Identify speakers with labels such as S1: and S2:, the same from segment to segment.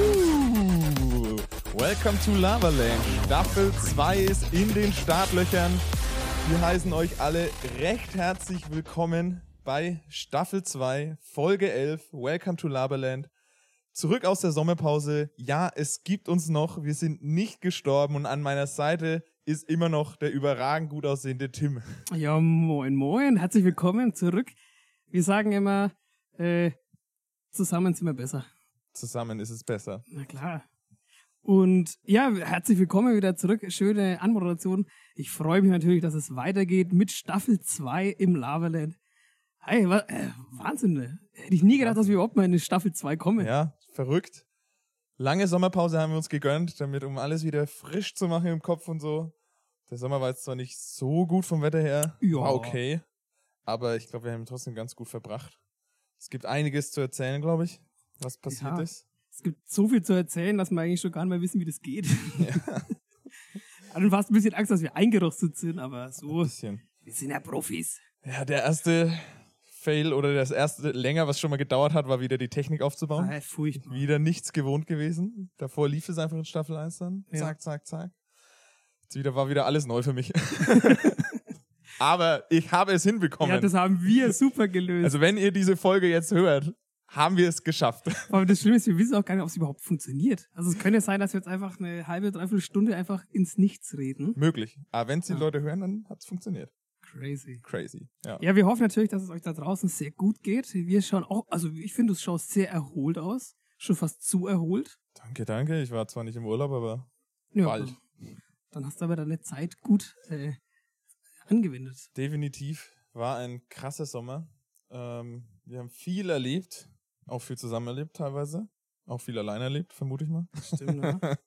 S1: Uhuhuhu. Welcome to Lava Land. Staffel 2 ist in den Startlöchern. Wir heißen euch alle recht herzlich willkommen bei Staffel 2, Folge 11. Welcome to Lava Land. Zurück aus der Sommerpause. Ja, es gibt uns noch. Wir sind nicht gestorben und an meiner Seite ist immer noch der überragend gut aussehende Tim.
S2: Ja, moin, moin. Herzlich willkommen zurück. Wir sagen immer, äh, zusammen sind wir besser.
S1: Zusammen ist es besser.
S2: Na klar. Und ja, herzlich willkommen wieder zurück. Schöne Anmoderation. Ich freue mich natürlich, dass es weitergeht mit Staffel 2 im Lavaland. Hey, wa äh, Wahnsinn. ne? Hätte ich nie gedacht, dass wir überhaupt mal in eine Staffel 2 kommen.
S1: Ja, verrückt. Lange Sommerpause haben wir uns gegönnt, damit um alles wieder frisch zu machen im Kopf und so. Der Sommer war jetzt zwar nicht so gut vom Wetter her,
S2: Ja.
S1: war okay, aber ich glaube, wir haben ihn trotzdem ganz gut verbracht. Es gibt einiges zu erzählen, glaube ich, was passiert
S2: Ja.
S1: ist.
S2: Es gibt so viel zu erzählen, dass wir eigentlich schon gar nicht mehr wissen, wie das geht. Also du hast ein bisschen Angst, dass wir eingerostet sind, aber
S1: Ein
S2: so,
S1: bisschen.
S2: wir sind ja Profis.
S1: Ja, der erste Fail oder das erste länger, was schon mal gedauert hat, war wieder die Technik aufzubauen.
S2: Ah, furchtbar.
S1: wieder nichts gewohnt gewesen. Davor lief es einfach in Staffel 1 dann.
S2: Ja.
S1: Zack, zack, zack. Jetzt wieder war wieder alles neu für mich. Aber ich habe es hinbekommen.
S2: Ja, das haben wir super gelöst.
S1: also wenn ihr diese Folge jetzt hört, haben wir es geschafft.
S2: Aber das Schlimme ist, wir wissen auch gar nicht, ob es überhaupt funktioniert. Also es könnte sein, dass wir jetzt einfach eine halbe, dreiviertel Stunde einfach ins Nichts reden.
S1: Möglich. Aber wenn es die
S2: Ja.
S1: Leute hören, dann hat es funktioniert.
S2: Crazy.
S1: Crazy. Ja.
S2: Ja, wir hoffen natürlich, dass es euch da draußen sehr gut geht. Wir schauen auch, also ich finde, du schaust sehr erholt aus. Schon fast zu erholt.
S1: Danke, danke. Ich war zwar nicht im Urlaub, aber
S2: Ja,
S1: Bald.
S2: Dann hast du aber deine Zeit gut äh, angewendet.
S1: definitiv war ein krasser Sommer. Ähm, wir haben viel erlebt, auch viel zusammen erlebt teilweise. Auch viel allein erlebt, vermute ich mal.
S2: Stimmt, ne?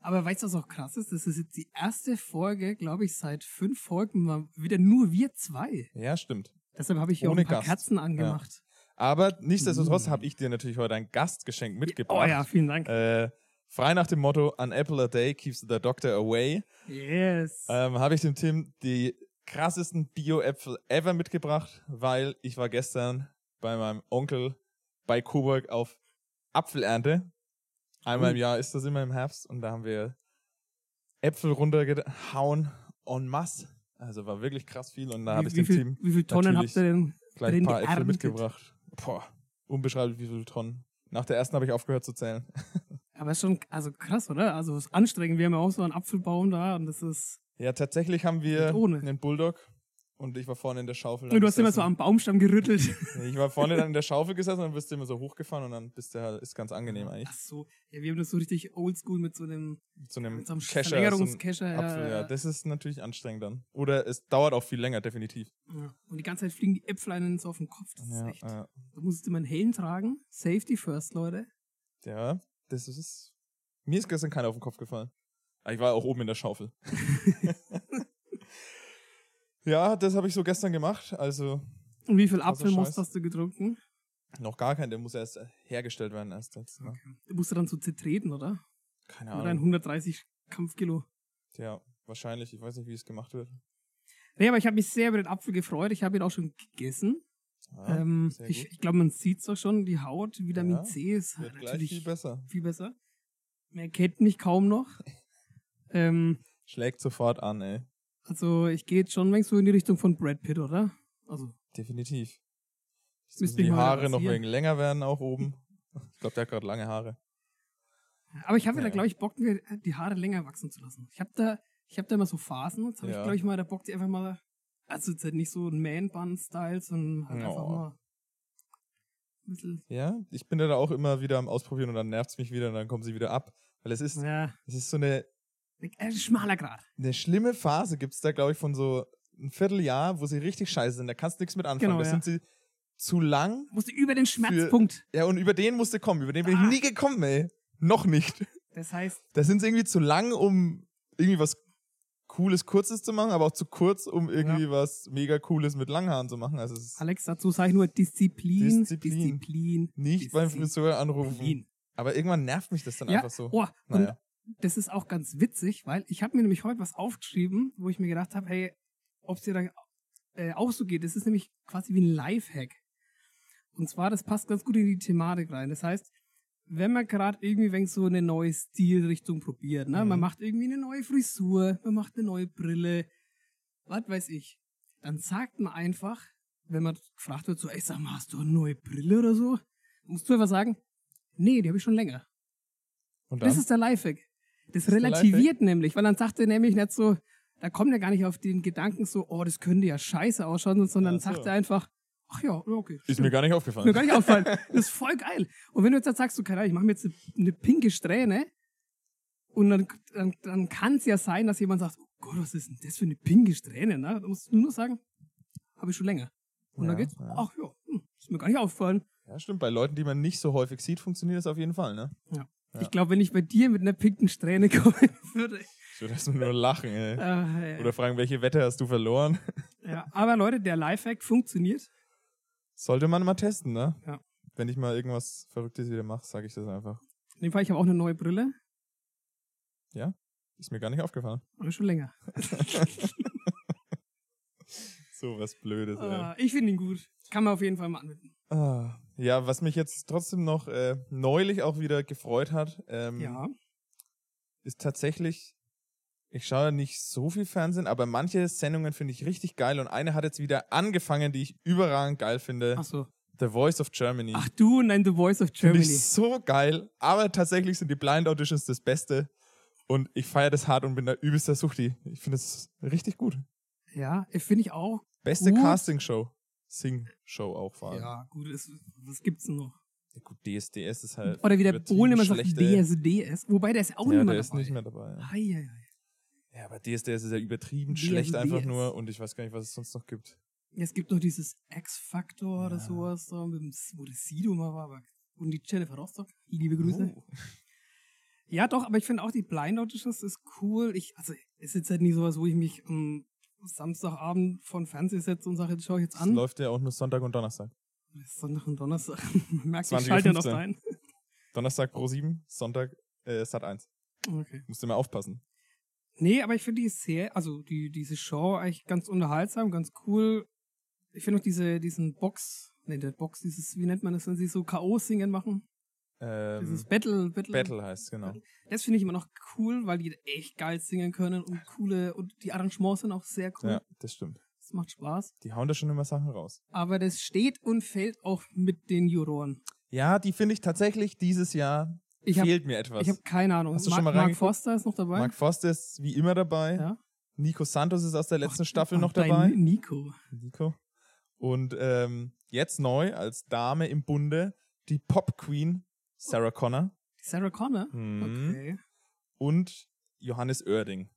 S2: Aber weißt du, was auch krass ist? Das ist jetzt die erste Folge, glaube ich, seit fünf Folgen mal wieder nur wir zwei.
S1: Ja, stimmt.
S2: Deshalb habe ich hier
S1: Ohne
S2: auch ein paar
S1: Gast.
S2: Kerzen angemacht.
S1: Aber nichtsdestotrotz
S2: Mm.
S1: habe ich dir natürlich heute ein Gastgeschenk mitgebracht.
S2: Oh ja, vielen Dank.
S1: Äh, frei nach dem Motto, an apple a day keeps the doctor away,
S2: yes.
S1: ähm, habe ich dem Tim die krassesten Bio-Äpfel ever mitgebracht, weil ich war gestern bei meinem Onkel bei Coburg auf Apfelernte. Einmal im
S2: Uh.
S1: Jahr ist das immer im Herbst und da haben wir Äpfel runtergehauen en masse. Also war wirklich krass viel und da habe ich
S2: wie,
S1: dem
S2: wie, viel,
S1: Team
S2: wie viele Tonnen
S1: natürlich
S2: habt ihr denn?
S1: gleich
S2: Wenn
S1: ein
S2: die
S1: paar Äpfel
S2: Ernte-
S1: mitgebracht. Boah, unbeschreiblich wie viele Tonnen. Nach der ersten habe ich aufgehört zu zählen.
S2: Aber ist schon also krass, oder? Also ist anstrengend. Wir haben ja auch so einen Apfelbaum da und das ist.
S1: Ja, tatsächlich haben wir
S2: Nicht ohne.
S1: einen Bulldog und ich war vorne in der Schaufel. dann
S2: Und du hast immer so
S1: gesessen.
S2: am Baumstamm gerüttelt.
S1: Nee, Ich war vorne dann in der Schaufel gesessen und dann bist du immer so hochgefahren und dann bist du halt, ist ganz angenehm eigentlich.
S2: Ach so, ja, wir haben das so richtig oldschool mit so einem,
S1: Mit so einem
S2: mit so einem Äh.
S1: Kescher, so einem
S2: Verlängerungskescher. ja,
S1: Apfel, ja.
S2: ja,
S1: Das ist natürlich anstrengend dann. Oder es dauert auch viel länger, definitiv.
S2: ja. Und die ganze Zeit fliegen die Äpfel einen so auf den Kopf. Das
S1: Ja,
S2: ist echt.
S1: ja.
S2: Du musst immer einen Helm tragen. Safety first, Leute.
S1: ja, das ist. Mir ist gestern keiner auf den Kopf gefallen. Ah, Ich war auch oben in der Schaufel. ja, das habe ich so gestern gemacht. Also
S2: Und wie viel
S1: Krasser Scheiß.
S2: Apfelmost hast du getrunken?
S1: Noch gar kein, der muss erst hergestellt werden erst jetzt. Ne?
S2: Du musst du dann so zertreten, oder?
S1: Keine
S2: Mit deinen
S1: Ahnung.
S2: 130 Kampfkilo.
S1: Ja, wahrscheinlich. Ich weiß nicht, wie es gemacht wird.
S2: Nee, aber ich habe mich sehr über den Apfel gefreut. Ich habe ihn auch schon gegessen.
S1: Ja,
S2: ähm,
S1: sehr
S2: ich
S1: gut.
S2: ich glaube, man sieht es auch schon, die Haut, Vitamin
S1: Ja,
S2: C ist
S1: wird gleich
S2: natürlich
S1: viel
S2: viel besser.
S1: besser.
S2: Man kennt mich kaum noch. ähm,
S1: Schlägt sofort an, ey.
S2: also ich gehe jetzt schon längst so in die Richtung von Brad Pitt, oder? Also,
S1: Definitiv. Jetzt
S2: Müsste
S1: müssen die
S2: ich mal
S1: Haare noch
S2: rasieren.
S1: wegen länger werden, auch oben. Ich glaube, der hat gerade lange Haare.
S2: aber ich habe
S1: Ja.
S2: da, glaube ich, Bock, mir die Haare länger wachsen zu lassen. Ich habe da, ich habe da immer so Phasen. Jetzt habe
S1: Ja.
S2: ich, glaube ich, mal da Bock, die einfach mal, also jetzt halt nicht so ein Man-Bun-Style, sondern halt einfach
S1: Oh.
S2: mal ein bisschen,
S1: Ja, ich bin ja da auch immer wieder am Ausprobieren und dann nervt's mich wieder und dann kommen sie wieder ab. Weil es ist,
S2: ja,
S1: es ist so eine,
S2: äh, schmaler Grad.
S1: eine schlimme Phase, gibt's da, glaube ich, von so ein Vierteljahr, wo sie richtig scheiße sind. Da kannst du nichts mit anfangen.
S2: Genau,
S1: da
S2: ja.
S1: sind sie zu lang.
S2: Musst du über den Schmerzpunkt.
S1: Ja, und über den musst du kommen. Über den bin
S2: Ah.
S1: ich nie gekommen, ey. Noch nicht.
S2: Das heißt,
S1: Da sind sie irgendwie zu lang, um irgendwie was Cooles, Kurzes zu machen, aber auch zu kurz, um irgendwie was mega Cooles mit Langhaaren zu machen. Also es ist
S2: Alex, dazu sage ich nur Disziplin.
S1: Disziplin.
S2: Disziplin. Disziplin.
S1: nicht beim Friseur anrufen. Aber irgendwann nervt mich das dann
S2: Ja,
S1: einfach so.
S2: oh,
S1: Naja.
S2: und das ist auch ganz witzig, weil ich habe mir nämlich heute was aufgeschrieben, wo ich mir gedacht habe, hey, ob es dir da äh, auch so geht. Das ist nämlich quasi wie ein Lifehack. Und zwar, das passt ganz gut in die Thematik rein. Das heißt, wenn man gerade irgendwie wenn so eine neue Stilrichtung probiert, ne?
S1: Mhm.
S2: Man macht irgendwie eine neue Frisur, man macht eine neue Brille, was weiß ich. Dann sagt man einfach, wenn man gefragt wird, so, ey, sag mal, hast du eine neue Brille oder so? Musst du einfach sagen, nee, die habe ich schon länger.
S1: Und
S2: Das
S1: dann?
S2: ist der Lifehack. Das,
S1: ist der
S2: relativiert nämlich, weil dann sagt er nämlich nicht so, da kommt er gar nicht auf den Gedanken so, oh, das könnte ja scheiße ausschauen, sondern
S1: Ach so.
S2: sagt er einfach, ach ja, ja, okay.
S1: Ist mir
S2: stimmt.
S1: gar nicht
S2: mir
S1: aufgefallen.
S2: gar nicht auffallen. Das ist voll geil. Und wenn du jetzt halt sagst, so, keine Ahnung, ich mache mir jetzt eine, eine pinke Strähne und dann, dann, dann kann es ja sein, dass jemand sagt, oh Gott, was ist denn das für eine pinke Strähne? Ne? Da musst du nur sagen, habe ich schon länger. Und dann
S1: Ja,
S2: geht's,
S1: ja.
S2: ach ja, hm, ist mir gar nicht aufgefallen.
S1: Ja, stimmt. Bei Leuten, die man nicht so häufig sieht, funktioniert das auf jeden Fall, ne? Ja.
S2: Ich glaube, wenn ich bei dir mit einer pinken Strähne kommen würde,
S1: So, dass wir nur lachen, ey.
S2: äh,
S1: Oder fragen, welche Wette hast du verloren?
S2: Ja, aber Leute, der Lifehack funktioniert.
S1: Sollte man mal testen, ne?
S2: Ja.
S1: Wenn ich mal irgendwas Verrücktes wieder mache, sage ich das einfach.
S2: In dem Fall, ich habe auch eine neue Brille,
S1: Ist mir gar nicht aufgefallen.
S2: aber schon länger.
S1: So was Blödes, ey.
S2: Äh, ich finde ihn gut. Kann man auf jeden Fall mal anwenden.
S1: Ah. Ja, was mich jetzt trotzdem noch äh, neulich auch wieder gefreut hat, ähm,
S2: Ja.
S1: ist tatsächlich, ich schaue nicht so viel Fernsehen, aber manche Sendungen finde ich richtig geil und eine hat jetzt wieder angefangen, die ich überragend geil finde.
S2: Ach so.
S1: The Voice of Germany.
S2: Ach du und dein The Voice of
S1: Finde
S2: Germany.
S1: ich so geil. Aber tatsächlich sind die Blind Auditions das Beste. Und ich feiere das hart und bin der übelster Suchti. Ich finde es richtig gut.
S2: Ja, äh, finde ich auch.
S1: Beste
S2: Gut.
S1: Casting-Show. Sing-Show auch vor allem. Ja.
S2: Ja, gut, es, was gibt's denn noch?
S1: Gut, DSDS ist halt.
S2: Oder wieder
S1: übertrieben
S2: ohne man sagt
S1: schlechte-
S2: DSDS, wobei der ist auch
S1: Ja,
S2: nicht mehr
S1: der ist
S2: dabei. Ah.
S1: nicht mehr dabei. Ja.
S2: Ei, ei, ei.
S1: ja, aber DSDS ist ja übertrieben
S2: DSDS.
S1: schlecht einfach nur. Und ich weiß gar nicht, was es sonst noch gibt.
S2: Ja, Es gibt noch dieses X-Factor oder
S1: Ja.
S2: sowas, da, mit dem, wo das Sido mal war. Aber, und die Jennifer Rostock. Liebe Grüße.
S1: Oh.
S2: Ja, doch, aber ich finde auch die Blind Auditions ist cool. Ich, also, es ist jetzt halt nicht sowas, wo ich mich am Samstagabend von Fernseher setze und sage, jetzt schaue ich jetzt
S1: Das
S2: an.
S1: läuft ja auch nur Sonntag und Donnerstag.
S2: Sonntag und Donnerstag. Man merkt, ich
S1: 20.15.
S2: schalte ja noch ein.
S1: Donnerstag Pro 7, Sonntag äh, Sat 1.
S2: Okay.
S1: Musst du mal aufpassen.
S2: Nee, aber ich finde die sehr, also die, diese Show eigentlich ganz unterhaltsam, ganz cool. Ich finde auch diese, diesen Box, nee, der Box, dieses, wie nennt man das, wenn sie so K.O.-Singen machen?
S1: Ähm,
S2: dieses Battle, Battle.
S1: Battle heißt, genau.
S2: Das finde ich immer noch cool, weil die echt geil singen können und coole, und die Arrangements sind auch sehr cool.
S1: Ja, das stimmt.
S2: Das macht Spaß.
S1: Die hauen da schon immer Sachen raus.
S2: Aber das steht und fällt auch mit den Juroren.
S1: Ja, die finde ich tatsächlich dieses Jahr
S2: Ich habe
S1: fehlt mir etwas.
S2: hab keine Ahnung.
S1: Hast du
S2: Mark,
S1: schon mal
S2: Mark
S1: reingeguckt?
S2: Foster ist noch dabei.
S1: Mark Foster ist wie immer dabei.
S2: Ja.
S1: Nico Santos ist aus der letzten Staffel
S2: Ach,
S1: noch
S2: dein
S1: dabei.
S2: Nico.
S1: Nico. Und ähm, jetzt neu als Dame im Bunde die Pop Queen Sarah Connor
S2: Sarah Connor?
S1: Mhm.
S2: Okay.
S1: und Johannes Oerding.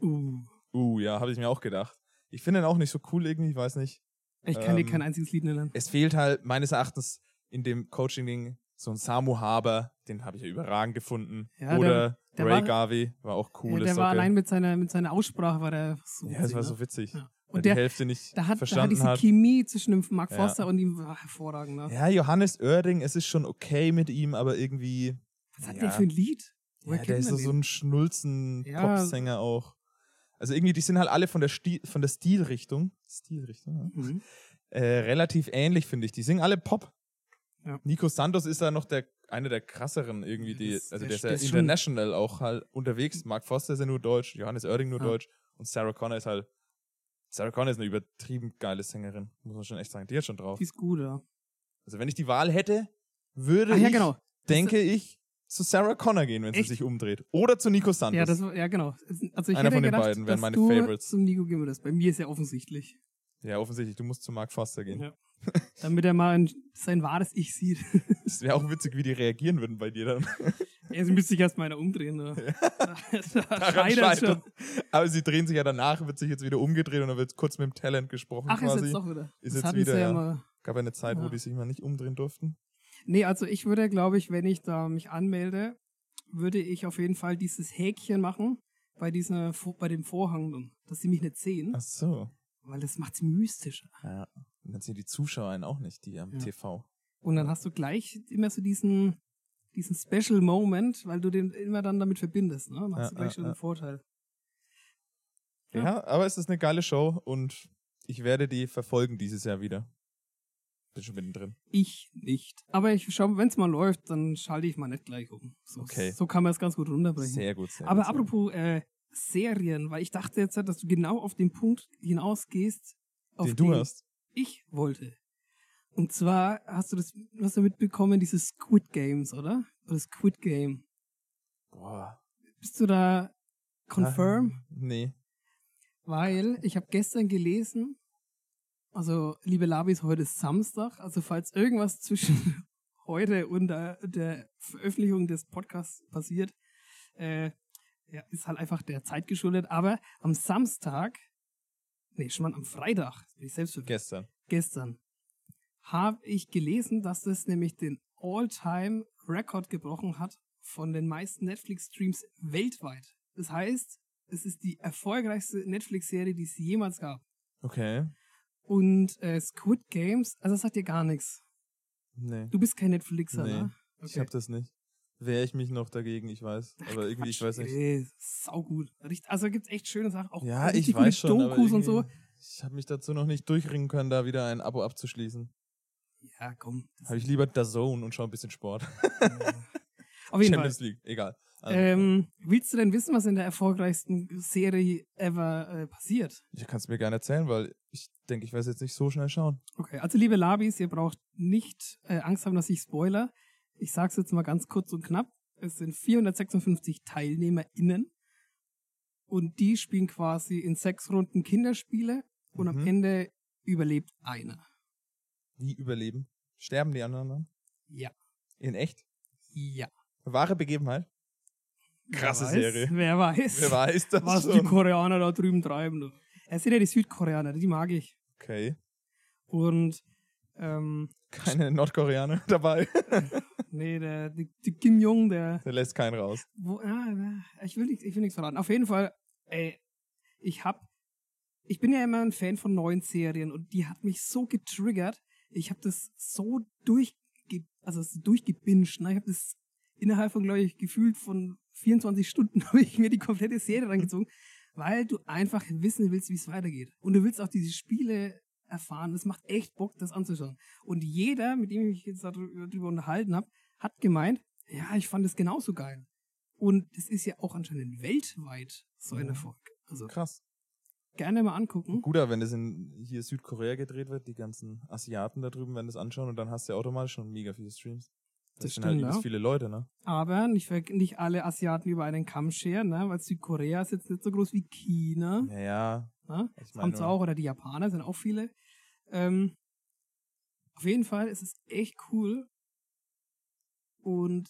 S2: Uh.
S1: Uh, ja, habe ich mir auch gedacht. Ich finde ihn auch nicht so cool irgendwie, ich weiß nicht.
S2: Ich kann dir
S1: Ähm.
S2: kein einziges Lied nennen.
S1: Es fehlt halt meines Erachtens in dem Coaching-Ding so ein Samu Haber, den habe ich ja überragend gefunden.
S2: Ja,
S1: Oder
S2: der
S1: Ray
S2: war-
S1: Garvey war auch cool.
S2: ja, der war allein mit seiner, mit seiner Aussprache, war der so.
S1: ja, das war so
S2: witzig,
S1: witzig.
S2: ne? ja.
S1: weil
S2: Und
S1: die
S2: der,
S1: Hälfte nicht
S2: da hat, da hat
S1: verstanden
S2: diese
S1: hat.
S2: Chemie zwischen dem Mark
S1: Ja.
S2: Foster und ihm war hervorragend. Ne?
S1: Ja, Johannes Oerding, es ist schon okay mit ihm, aber irgendwie.
S2: Was hat
S1: ja.
S2: der für ein Lied? Woher
S1: ja, der
S2: kennt
S1: ist
S2: man
S1: so, so
S2: den?
S1: ein schnulzen
S2: Ja.
S1: Popsänger auch. Also irgendwie, die sind halt alle von der, Sti von der Stilrichtung, Stilrichtung
S2: Mhm.
S1: ja, äh, relativ ähnlich, finde ich. Die singen alle Pop.
S2: Ja.
S1: Nico Santos ist da noch der, einer der krasseren irgendwie,
S2: Ja,
S1: die,
S2: das-
S1: also
S2: der
S1: der ist ja
S2: ist schon-
S1: international auch halt unterwegs. Mark Foster ist ja nur deutsch, Johannes Oerding nur
S2: Ja.
S1: deutsch und Sarah Connor ist halt, Sarah Connor ist eine übertrieben geile Sängerin, muss man schon echt sagen. Die hat schon drauf.
S2: Die ist gut, ja.
S1: Also wenn ich die Wahl hätte, würde
S2: Ach ja,
S1: ich,
S2: genau.
S1: denke ich, zu Sarah Connor gehen, wenn sie
S2: Echt?
S1: sich umdreht. Oder zu Nico Santos.
S2: Ja, das war, ja, genau. Also ich
S1: Einer
S2: hätte
S1: von den
S2: gedacht,
S1: beiden wären
S2: dass
S1: meine
S2: du
S1: Favorites.
S2: Zum Nico gehen wir das. Bei mir ist ja offensichtlich.
S1: Ja, offensichtlich, du musst zu Mark Foster gehen.
S2: Ja. Damit er mal ein, sein wahres Ich sieht.
S1: Das wäre auch witzig, wie die reagieren würden bei dir dann.
S2: Jetzt müsste ich erst mal einer umdrehen. Ne? Da, da
S1: Daran
S2: scheitert schon.
S1: Aber sie drehen sich ja danach, wird sich jetzt wieder umgedreht und dann wird kurz mit dem Talent gesprochen
S2: Ach, ist
S1: quasi.
S2: jetzt doch wieder.
S1: Ist
S2: Das
S1: jetzt
S2: hatten
S1: wieder,
S2: sie
S1: ja.
S2: mal.
S1: Gab ja eine Zeit, wo
S2: Ja.
S1: die sich mal nicht umdrehen durften.
S2: Nee, also ich würde, glaube ich, wenn ich da mich anmelde, würde ich auf jeden Fall dieses Häkchen machen bei, dieser, Vo- bei dem Vorhang, um- dass sie mich nicht sehen,
S1: Ach so.
S2: weil das macht sie mystisch.
S1: Ja. Und dann sehen die Zuschauer einen auch nicht, die am
S2: Ja.
S1: TV.
S2: Und dann hast du gleich immer so diesen, diesen Special Moment, weil du den immer dann damit verbindest. Ne? Dann hast
S1: Ja,
S2: du gleich
S1: ja,
S2: schon
S1: ja.
S2: einen Vorteil.
S1: Ja. aber es ist eine geile Show und ich werde die verfolgen dieses Jahr wieder. Bin schon mittendrin.
S2: Ich nicht. Aber ich schaue, wenn es mal läuft, dann schalte ich mal nicht gleich um. So,
S1: Okay.
S2: so kann man es ganz gut runterbrechen.
S1: Sehr gut. Sehr
S2: Aber
S1: gut, sehr gut.
S2: apropos äh, Serien, weil ich dachte jetzt, dass du genau auf den Punkt hinausgehst, auf
S1: den du hast.
S2: ich wollte. Und zwar hast du das, hast du mitbekommen, diese Squid Games, oder? Oder Squid Game.
S1: Boah.
S2: Bist du da confirm?
S1: Ah, nee.
S2: Weil ich habe gestern gelesen, also liebe Labis, heute ist Samstag, also falls irgendwas zwischen heute und der, der Veröffentlichung des Podcasts passiert, äh, ja, ist halt einfach der Zeit geschuldet. Aber am Samstag, nee, schon mal am Freitag, bin ich selbst verwirrt,
S1: Gestern.
S2: gestern, habe ich gelesen, dass das nämlich den All-Time-Rekord gebrochen hat von den meisten Netflix-Streams weltweit. Das heißt, es ist die erfolgreichste Netflix-Serie, die es jemals gab.
S1: Okay.
S2: Und äh, Squid Games, also das sagt dir gar nichts.
S1: Nee.
S2: Du bist kein Netflixer,
S1: Nee,
S2: ne?
S1: Ich habe das nicht. Wehre ich mich noch dagegen, ich weiß. Aber irgendwie, ich weiß nicht.
S2: Ey, sau gut. Also gibt's echt schöne Sachen. Auch
S1: Ja,
S2: richtig
S1: ich
S2: gute
S1: weiß schon. aber
S2: also Dokus und so.
S1: irgendwie- Ich habe mich dazu noch nicht durchringen können, da wieder ein Abo abzuschließen.
S2: Ja, komm. das-
S1: Habe ich lieber DAZN und schaue ein bisschen Sport.
S2: Auf jeden Fall.
S1: Champions League, egal. Also,
S2: Ähm, willst du denn wissen, was in der erfolgreichsten Serie ever äh, passiert?
S1: ich kann es mir gerne erzählen, weil ich denke, ich werde es jetzt nicht so schnell schauen.
S2: Okay, also liebe Labis, ihr braucht nicht äh, Angst haben, dass ich spoiler. Ich sag's jetzt mal ganz kurz und knapp. Es sind 456 TeilnehmerInnen und die spielen quasi in sechs Runden Kinderspiele und am
S1: Mhm.
S2: Ende überlebt einer.
S1: Wie überleben? Sterben die anderen dann?
S2: Ja.
S1: In echt?
S2: Ja.
S1: Wahre Begebenheit? Krasse
S2: wer weiß,
S1: Serie.
S2: Wer weiß,
S1: Wer weiß das
S2: was die
S1: schon?
S2: Koreaner da drüben treiben. du. Es sind ja die Südkoreaner, die mag ich.
S1: Okay.
S2: Und ähm,
S1: Keine Nordkoreaner dabei.
S2: nee, der, der, der Kim Jong, der
S1: Der lässt keinen raus.
S2: Wo, ah, na, ich will nichts, ich will nichts verraten. Auf jeden Fall, ey, ich hab, ich bin ja immer ein Fan von neuen Serien und die hat mich so getriggert. Ich habe das so durchge, also es durchgebinged. Ne? Ich habe das innerhalb von, glaube ich, gefühlt von 24 Stunden habe ich mir die komplette Serie reingezogen, weil du einfach wissen willst, wie es weitergeht. Und du willst auch diese Spiele erfahren. Es macht echt Bock, das anzuschauen. Und jeder, mit dem ich mich jetzt darüber darüber unterhalten habe, hat gemeint, ja, ich fand es genauso geil. Und es ist ja auch anscheinend weltweit so ein
S1: Ja.
S2: Erfolg. Also
S1: Krass.
S2: gerne mal angucken.
S1: Guter, wenn das in hier Südkorea gedreht wird, die ganzen Asiaten da drüben werden das anschauen und dann hast du ja automatisch schon mega viele Streams. Das,
S2: Das
S1: sind halt
S2: stimmt,
S1: übelst
S2: ja.
S1: viele Leute, ne?
S2: Aber nicht, ver- nicht alle Asiaten über einen Kamm scheren, ne? weil Südkorea ist jetzt nicht so groß wie China.
S1: Naja,
S2: Ne?
S1: ich
S2: Haben
S1: meine,
S2: zwar auch, oder die Japaner sind auch viele. Ähm, auf jeden Fall ist es echt cool. Und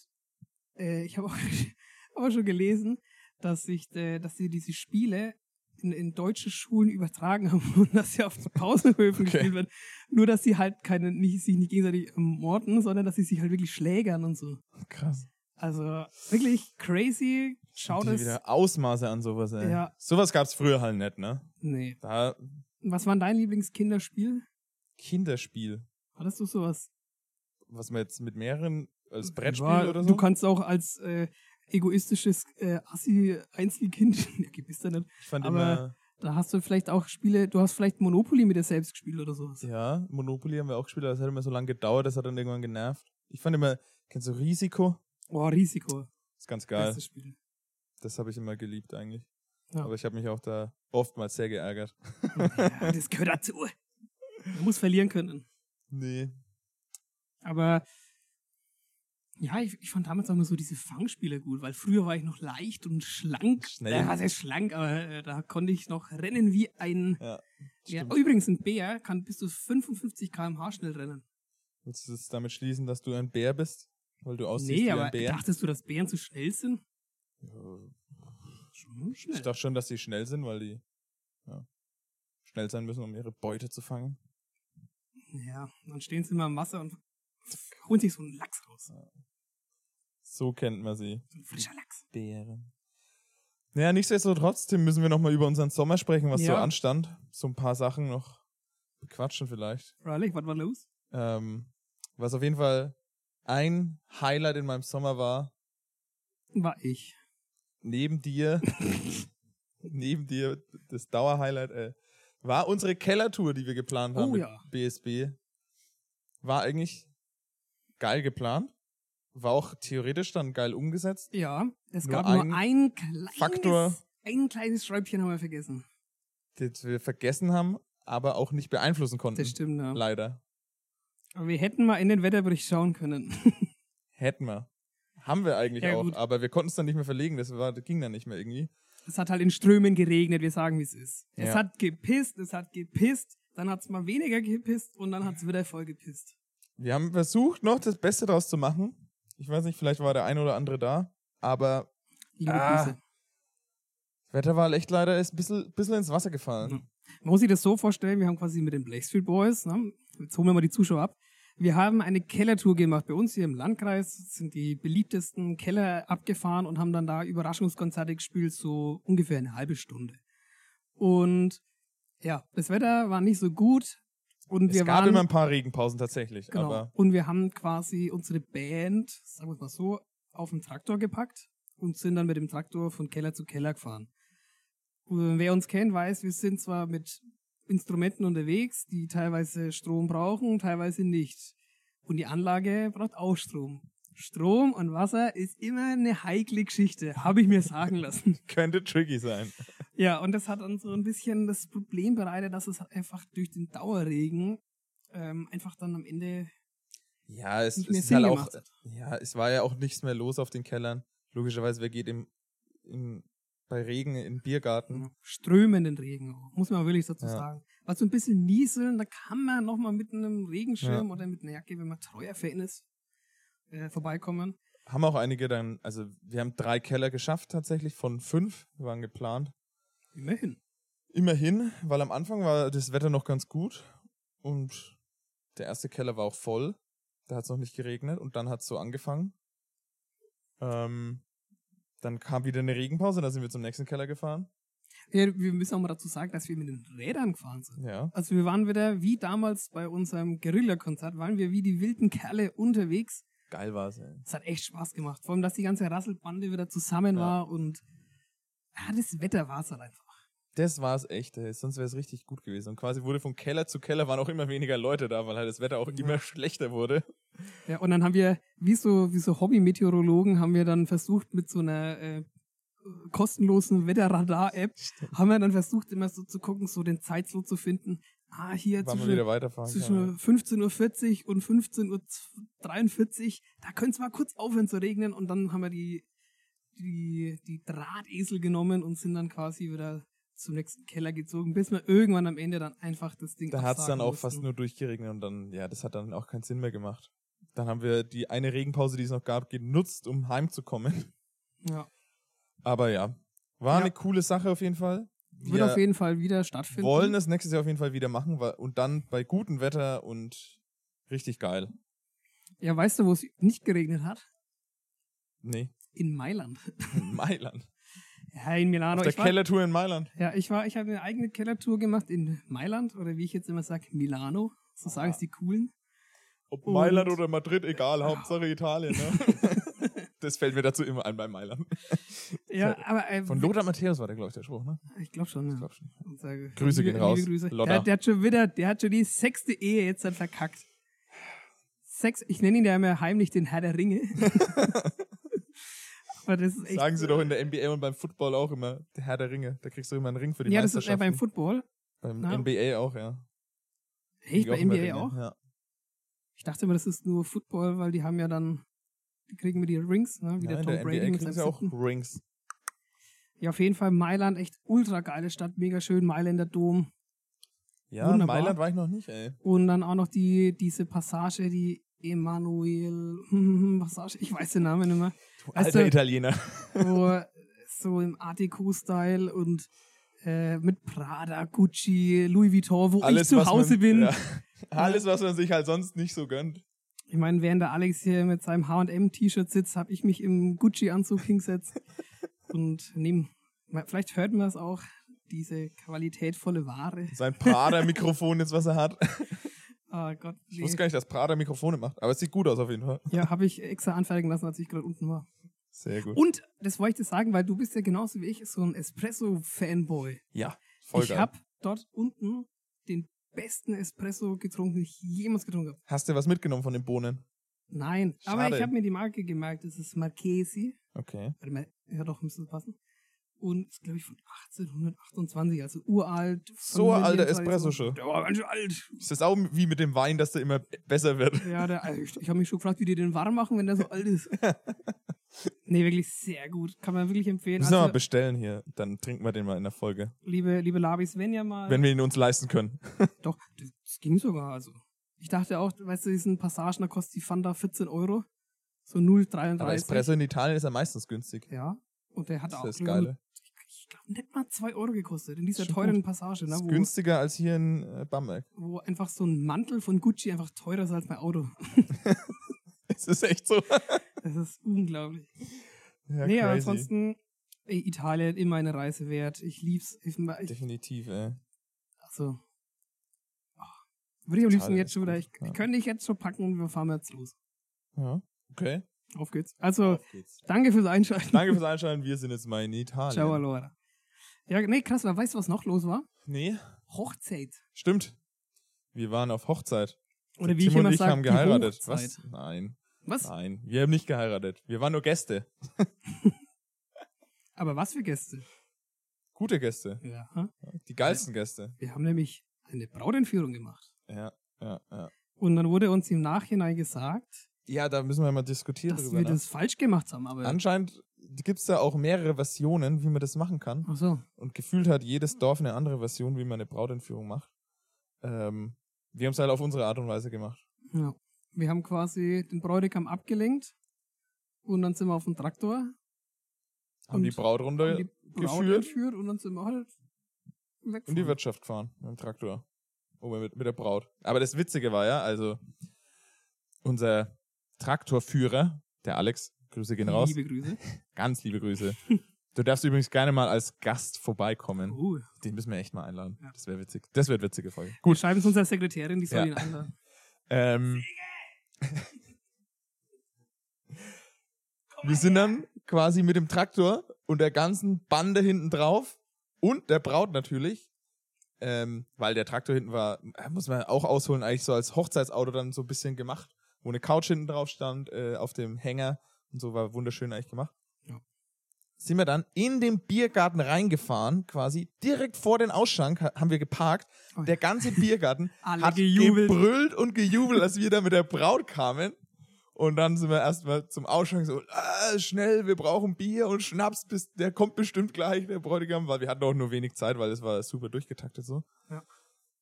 S2: äh, ich habe auch, hab auch schon gelesen, dass sich, äh, dass sie diese Spiele in, in deutsche Schulen übertragen haben und dass sie auf den Pausenhöfen
S1: Okay.
S2: gespielt werden. Nur, dass sie halt keine, nicht, sich nicht gegenseitig morden, sondern dass sie sich halt wirklich schlägern und so.
S1: krass.
S2: Also wirklich crazy. Schaut
S1: Die
S2: es.
S1: wieder Ausmaße an sowas, ey.
S2: Ja.
S1: Sowas gab's früher halt nicht, ne?
S2: Nee.
S1: Da
S2: Was war denn dein Lieblingskinderspiel?
S1: Kinderspiel,
S2: Hattest du sowas?
S1: was man jetzt mit mehreren als Brettspiel
S2: Ja,
S1: oder so.
S2: Du kannst auch als äh, egoistisches äh, Assi-Einzelkind, ja, okay, bist du nicht,
S1: ich fand
S2: aber-
S1: immer,
S2: da hast du vielleicht auch Spiele, du hast vielleicht Monopoly mit dir selbst gespielt oder sowas.
S1: ja, Monopoly haben wir auch gespielt, aber das hat immer so lange gedauert, das hat dann irgendwann genervt. Ich fand immer, kennst du Risiko?
S2: Oh, Risiko,
S1: Ist ganz geil.
S2: bestes Spiel.
S1: Das habe ich immer geliebt eigentlich.
S2: Ja.
S1: Aber ich habe mich auch da oftmals sehr geärgert.
S2: ja, das gehört dazu. Man muss verlieren können.
S1: Nee.
S2: Aber ja, ich, ich fand damals auch immer so diese Fangspiele gut, weil früher war ich noch leicht und schlank.
S1: Schnell.
S2: Äh, was heißt schlank, aber äh, da konnte ich noch rennen wie ein.
S1: Ja,
S2: Ja,
S1: stimmt.
S2: übrigens, ein Bär kann bis zu 55 km/h schnell rennen.
S1: Willst du das damit schließen, dass du ein Bär bist? Weil du aussiehst
S2: Nee,
S1: wie
S2: aber
S1: ein Bär?
S2: dachtest du, dass Bären zu schnell sind? Schon
S1: Ich
S2: schnell.
S1: dachte schon, dass die schnell sind, weil die ja, schnell sein müssen, um ihre Beute zu fangen.
S2: Ja, dann stehen sie immer im Wasser und holen sich so einen Lachs
S1: Ah,
S2: raus.
S1: So kennt man sie.
S2: So ein frischer Lachs.
S1: Bären. Naja, nichtsdestotrotz, Tim, müssen wir nochmal über unseren Sommer sprechen, was so
S2: Ja.
S1: anstand. So ein paar Sachen noch bequatschen vielleicht.
S2: Riley, was war los?
S1: Ähm, was auf jeden Fall ein Highlight in meinem Sommer war,
S2: War ich.
S1: neben dir, neben dir, das Dauerhighlight, äh, war unsere Kellertour, die wir geplant haben
S2: Oh
S1: mit
S2: ja.
S1: BSB. war eigentlich geil geplant, war auch theoretisch dann geil umgesetzt.
S2: Ja, es
S1: Nur
S2: gab nur
S1: ein
S2: ein kleines,
S1: Faktor.
S2: ein kleines Schräubchen haben wir vergessen.
S1: Das wir vergessen haben, aber auch nicht beeinflussen konnten.
S2: Das stimmt, ja.
S1: Leider.
S2: Aber wir hätten mal in den Wetterbericht schauen können.
S1: Hätten wir. Haben wir eigentlich
S2: Ja,
S1: auch,
S2: gut.
S1: aber wir konnten es dann nicht mehr verlegen, das, war, das ging dann nicht mehr irgendwie.
S2: Es hat halt in Strömen geregnet, wir sagen, wie es ist. Es
S1: Ja.
S2: hat gepisst, es hat gepisst, dann hat es mal weniger gepisst und dann hat es wieder voll gepisst.
S1: Wir haben versucht, noch das Beste draus zu machen. Ich weiß nicht, vielleicht war der ein oder andere da, aber
S2: Liebe
S1: Ah.
S2: Grüße.
S1: das Wetter war echt leider ist ein bisschen, bisschen ins Wasser gefallen.
S2: Mhm. Man muss sich das so vorstellen, wir haben quasi mit den Blackstreet Boys, ne? jetzt holen wir mal die Zuschauer ab, wir haben eine Kellertour gemacht. Bei uns hier im Landkreis sind die beliebtesten Keller abgefahren und haben dann da Überraschungskonzerte gespielt, so ungefähr eine halbe Stunde. Und ja, das Wetter war nicht so gut und
S1: Es
S2: wir
S1: gab
S2: waren
S1: immer ein paar Regenpausen tatsächlich,
S2: genau,
S1: aber
S2: und wir haben quasi unsere Band, sagen wir es mal so, auf den Traktor gepackt und sind dann mit dem Traktor von Keller zu Keller gefahren. Und wer uns kennt, weiß, wir sind zwar mit Instrumenten unterwegs, die teilweise Strom brauchen, teilweise nicht. Und die Anlage braucht auch Strom. Strom und Wasser ist immer eine heikle Geschichte, habe ich mir sagen lassen.
S1: könnte tricky sein.
S2: Ja, und das hat uns so ein bisschen das Problem bereitet, dass es halt einfach durch den Dauerregen ähm, einfach dann am Ende
S1: Ja, es,
S2: Nicht
S1: es
S2: mehr
S1: ist
S2: Sinn
S1: halt auch,
S2: gemacht hat.
S1: ja, es war ja auch nichts mehr los auf den Kellern. Logischerweise, wer geht im, im, bei Regen in den Biergarten?
S2: strömenden Regen, auch, muss man wirklich dazu
S1: Ja.
S2: sagen. Weil so ein bisschen nieseln, da kann man nochmal mit einem Regenschirm
S1: Ja.
S2: oder mit einer Jacke, wenn man treuer Fan ist, äh, vorbeikommen.
S1: Haben auch einige dann, also wir haben drei Keller geschafft tatsächlich von fünf, wir waren geplant.
S2: Immerhin.
S1: Immerhin, weil am Anfang war das Wetter noch ganz gut und der erste Keller war auch voll. Da hat es noch nicht geregnet und dann hat es so angefangen. Ähm, dann kam wieder eine Regenpause, dann sind wir zum nächsten Keller gefahren.
S2: Ja, wir müssen auch mal dazu sagen, dass wir mit den Rädern gefahren sind.
S1: Ja.
S2: Also wir waren wieder, wie damals bei unserem Guerilla-Konzert, waren wir wie die wilden Kerle unterwegs
S1: Geil war es, ey.
S2: Es hat echt Spaß gemacht. Vor allem, dass die ganze Rasselbande wieder zusammen
S1: Ja.
S2: war und ja, das Wetter war es halt einfach.
S1: Das war es echt, ey. Sonst wäre es richtig gut gewesen. Und quasi wurde von Keller zu Keller waren auch immer weniger Leute da, weil halt das Wetter auch immer schlechter wurde.
S2: Ja, und dann haben wir, wie so, wie so Hobby-Meteorologen, haben wir dann versucht, mit so einer äh, kostenlosen Wetterradar-App, haben wir dann versucht, immer so zu gucken, so den Zeitslot zu finden. Ah, hier
S1: Wann wir wieder
S2: zwischen,
S1: weiterfahren.
S2: zwischen 15.40 Uhr und 15.43 Uhr, da könnte es mal kurz aufhören zu regnen und dann haben wir die, die, die Drahtesel genommen und sind dann quasi wieder zum nächsten Keller gezogen, bis wir irgendwann am Ende dann einfach das Ding
S1: Da hat es
S2: absagen
S1: dann auch
S2: mussten.
S1: fast nur durchgeregnet und dann, ja, das hat dann auch keinen Sinn mehr gemacht. Dann haben wir die eine Regenpause, die es noch gab, genutzt, um heimzukommen.
S2: Ja.
S1: Aber ja, war
S2: Ja.
S1: eine coole Sache auf jeden Fall.
S2: Wird
S1: Wir
S2: auf jeden Fall wieder stattfinden.
S1: wollen es nächstes Jahr auf jeden Fall wieder machen weil, und dann bei gutem Wetter und richtig geil.
S2: Ja, weißt du, wo es nicht geregnet hat?
S1: Nee,
S2: In Mailand.
S1: in Mailand.
S2: Ja, in Milano.
S1: auf der
S2: Ich war,
S1: Kellertour in Mailand.
S2: ja, ich war, ich habe eine eigene Kellertour gemacht in Mailand oder wie ich jetzt immer sage, Milano. So sagen es die Coolen.
S1: Ob
S2: Und-
S1: Mailand oder Madrid, egal, Hauptsache Italien. Ne? das fällt mir dazu immer ein bei Mailand.
S2: Ja, aber äh,
S1: Von Lothar Matthäus war der, glaube ich, der Spruch, ne?
S2: Ich glaube schon.
S1: Ich
S2: Ja.
S1: glaube schon.
S2: Und sage,
S1: Grüße gehen raus,
S2: Grüße.
S1: Lotta.
S2: Der, der hat schon wieder, der hat schon die sechste Ehe jetzt dann verkackt. Sechs, ich nenne ihn ja immer heimlich den Herr der Ringe. Aber das ist echt.
S1: Sagen sie doch in der
S2: äh,
S1: NBA und beim Football auch immer, der Herr der Ringe, da kriegst du immer einen Ring für die
S2: ja, das ist
S1: Meisterschaften.
S2: ja beim Football.
S1: beim
S2: Ja.
S1: NBA auch, ja. Kriegen
S2: Echt, bei
S1: die immer
S2: NBA
S1: Ringe,
S2: auch?
S1: Ja.
S2: Ich dachte immer, das ist nur Football, weil die haben ja dann, die kriegen immer die Rings, ne? wie
S1: Ja,
S2: der
S1: in
S2: Tom
S1: der
S2: Brady
S1: NBA
S2: mit
S1: kriegst
S2: seinem
S1: du auch
S2: siebten.
S1: Rings.
S2: Ja, auf jeden Fall Mailand, echt ultra geile Stadt, mega schön, Mailänder Dom.
S1: Ja,
S2: Wunderbar.
S1: Mailand war ich noch nicht, ey.
S2: Und dann auch noch die, diese Passage, die Emanuel, Passage, ich weiß den Namen nicht mehr.
S1: Du
S2: Weißt
S1: alter
S2: du-
S1: Italiener.
S2: wo so im Art Deco-Style und äh, mit Prada, Gucci, Louis Vuitton, wo ich zu
S1: was
S2: Hause
S1: man,
S2: bin.
S1: Ja. Alles, was man sich halt sonst nicht so gönnt.
S2: Ich meine, während der Alex hier mit seinem H&M-T-Shirt sitzt, habe ich mich im Gucci-Anzug hingesetzt und neben, vielleicht hört man es auch, diese qualitätvolle Ware.
S1: Sein Prada-Mikrofon jetzt, was er hat.
S2: Ah Gott,
S1: Ich
S2: nee.
S1: wusste gar nicht, dass Prada Mikrofone macht, aber es sieht gut aus auf jeden Fall.
S2: ja, habe ich extra anfertigen lassen, als ich gerade unten war.
S1: Sehr gut.
S2: Und, das wollte ich dir sagen, weil du bist ja genauso wie ich so ein Espresso-Fanboy.
S1: ja, voll
S2: ich
S1: geil.
S2: habe dort unten den besten Espresso getrunken, den ich jemals getrunken habe.
S1: Hast du was mitgenommen von den Bohnen?
S2: Nein, aber
S1: Schade.
S2: ich habe mir die Marke gemerkt. Das ist Marchesi.
S1: Okay.
S2: Warte mal, ja doch, müsste passen. Und ist, glaube ich, von 1828, also uralt.
S1: So ein alter
S2: Familientradition.
S1: Espresso schon.
S2: Der war ganz schön alt.
S1: Ist das auch wie mit dem Wein, dass der immer besser wird?
S2: Ja, der, also ich, ich habe mich schon gefragt, wie die den warm machen, wenn der so alt ist. Nee, wirklich sehr gut. Kann man wirklich empfehlen.
S1: Müssen wir mal
S2: Also,
S1: bestellen hier. Dann trinken wir den mal in der Folge.
S2: liebe, liebe Labis, wenn ihr mal.
S1: Wenn wir ihn uns leisten können.
S2: Doch, das, das ging sogar. Also. Ich dachte auch, weißt du, diesen Passagen, da kostet die Fanta 14 Euro. So 0,33.
S1: Aber Espresso in Italien ist ja meistens günstig.
S2: Ja. Und der hat
S1: Das
S2: auch,
S1: ist das
S2: glaub ich,
S1: Geile.
S2: ich glaube, nicht mal 2 Euro gekostet in dieser
S1: Schon
S2: teuren Passage, ne,
S1: ist
S2: wo,
S1: günstiger als hier in äh, Bamberg.
S2: wo einfach so ein Mantel von Gucci einfach teurer ist als mein Auto.
S1: Es ist echt so.
S2: Das ist unglaublich.
S1: Ja,
S2: nee, aber
S1: crazy.
S2: ansonsten, ey, Italien immer eine Reise wert. Ich lieb's. Ich, ich,
S1: Definitiv, ey.
S2: also, ach, würde ich am liebsten
S1: Italien
S2: jetzt
S1: ist
S2: schon wieder,
S1: gut,
S2: ich,
S1: ja.
S2: ich könnte dich jetzt schon packen und wir fahren jetzt los.
S1: Ja. Okay.
S2: Auf geht's. Also,
S1: Auf geht's.
S2: danke fürs Einschalten.
S1: Danke fürs Einschalten. Wir sind jetzt mal in Italien.
S2: Ciao, Laura. Ja, nee, krass, aber weißt du, was noch los war?
S1: Nee,
S2: Hochzeit.
S1: stimmt. Wir waren auf Hochzeit.
S2: Oder
S1: Tim
S2: wie ich immer
S1: und ich
S2: sag,
S1: haben
S2: die
S1: geheiratet.
S2: Hochzeit.
S1: Was? Ah. Nein,
S2: Was?
S1: nein. Wir haben nicht geheiratet. Wir waren nur Gäste.
S2: Aber was für Gäste?
S1: Gute Gäste.
S2: Ja.
S1: Die geilsten Gäste.
S2: Wir haben nämlich eine Brautentführung gemacht.
S1: Ja, ja, ja.
S2: Und dann wurde uns im Nachhinein gesagt,
S1: Ja, da müssen wir mal diskutieren
S2: dass
S1: drüber.
S2: wir
S1: ne?
S2: das falsch gemacht haben. Aber
S1: Anscheinend gibt's da auch mehrere Versionen, wie man das machen kann.
S2: Ach so.
S1: Und gefühlt hat jedes Dorf eine andere Version, wie man eine Brautentführung macht. Ähm, wir haben es halt auf unsere Art und Weise gemacht.
S2: Ja. Wir haben quasi den Bräutigam abgelenkt und dann sind wir auf den Traktor,
S1: Haben
S2: Und
S1: die Braut runter
S2: haben die Braut
S1: Äh, geführt?
S2: entführt und dann sind wir halt weg.
S1: in die Wirtschaft gefahren mit dem Traktor. Oh, mit, mit der Braut. Aber das Witzige war ja, also unser Traktorführer, der Alex, Grüße gehen raus.
S2: Liebe Grüße.
S1: Ganz liebe Grüße. du darfst übrigens gerne mal als Gast vorbeikommen.
S2: Oh,
S1: Den müssen wir echt mal einladen.
S2: Ja.
S1: Das wäre witzig. Das wird witzige Folge.
S2: Gut. Wir schreiben es unserer Sekretärin, die soll
S1: Ja.
S2: ihn einladen.
S1: Ähm, wir sind dann quasi mit dem Traktor und der ganzen Bande hinten drauf und der Braut natürlich, ähm, weil der Traktor hinten war, äh, muss man auch ausholen, eigentlich so als Hochzeitsauto dann so ein bisschen gemacht, wo eine Couch hinten drauf stand, äh, auf dem Hänger und so war wunderschön eigentlich gemacht.
S2: Ja.
S1: Sind wir dann in den Biergarten reingefahren, quasi direkt vor den Ausschank ha- haben wir geparkt.
S2: Oh ja.
S1: Der ganze Biergarten
S2: Alle
S1: hat
S2: gejubelt.
S1: gebrüllt und gejubelt, als wir da mit der Braut kamen. Und dann sind wir erstmal zum Ausschank so, ah, schnell, wir brauchen Bier und Schnaps, bis, der kommt bestimmt gleich, der Bräutigam, weil wir hatten auch nur wenig Zeit, weil es war super durchgetaktet so.
S2: Ja.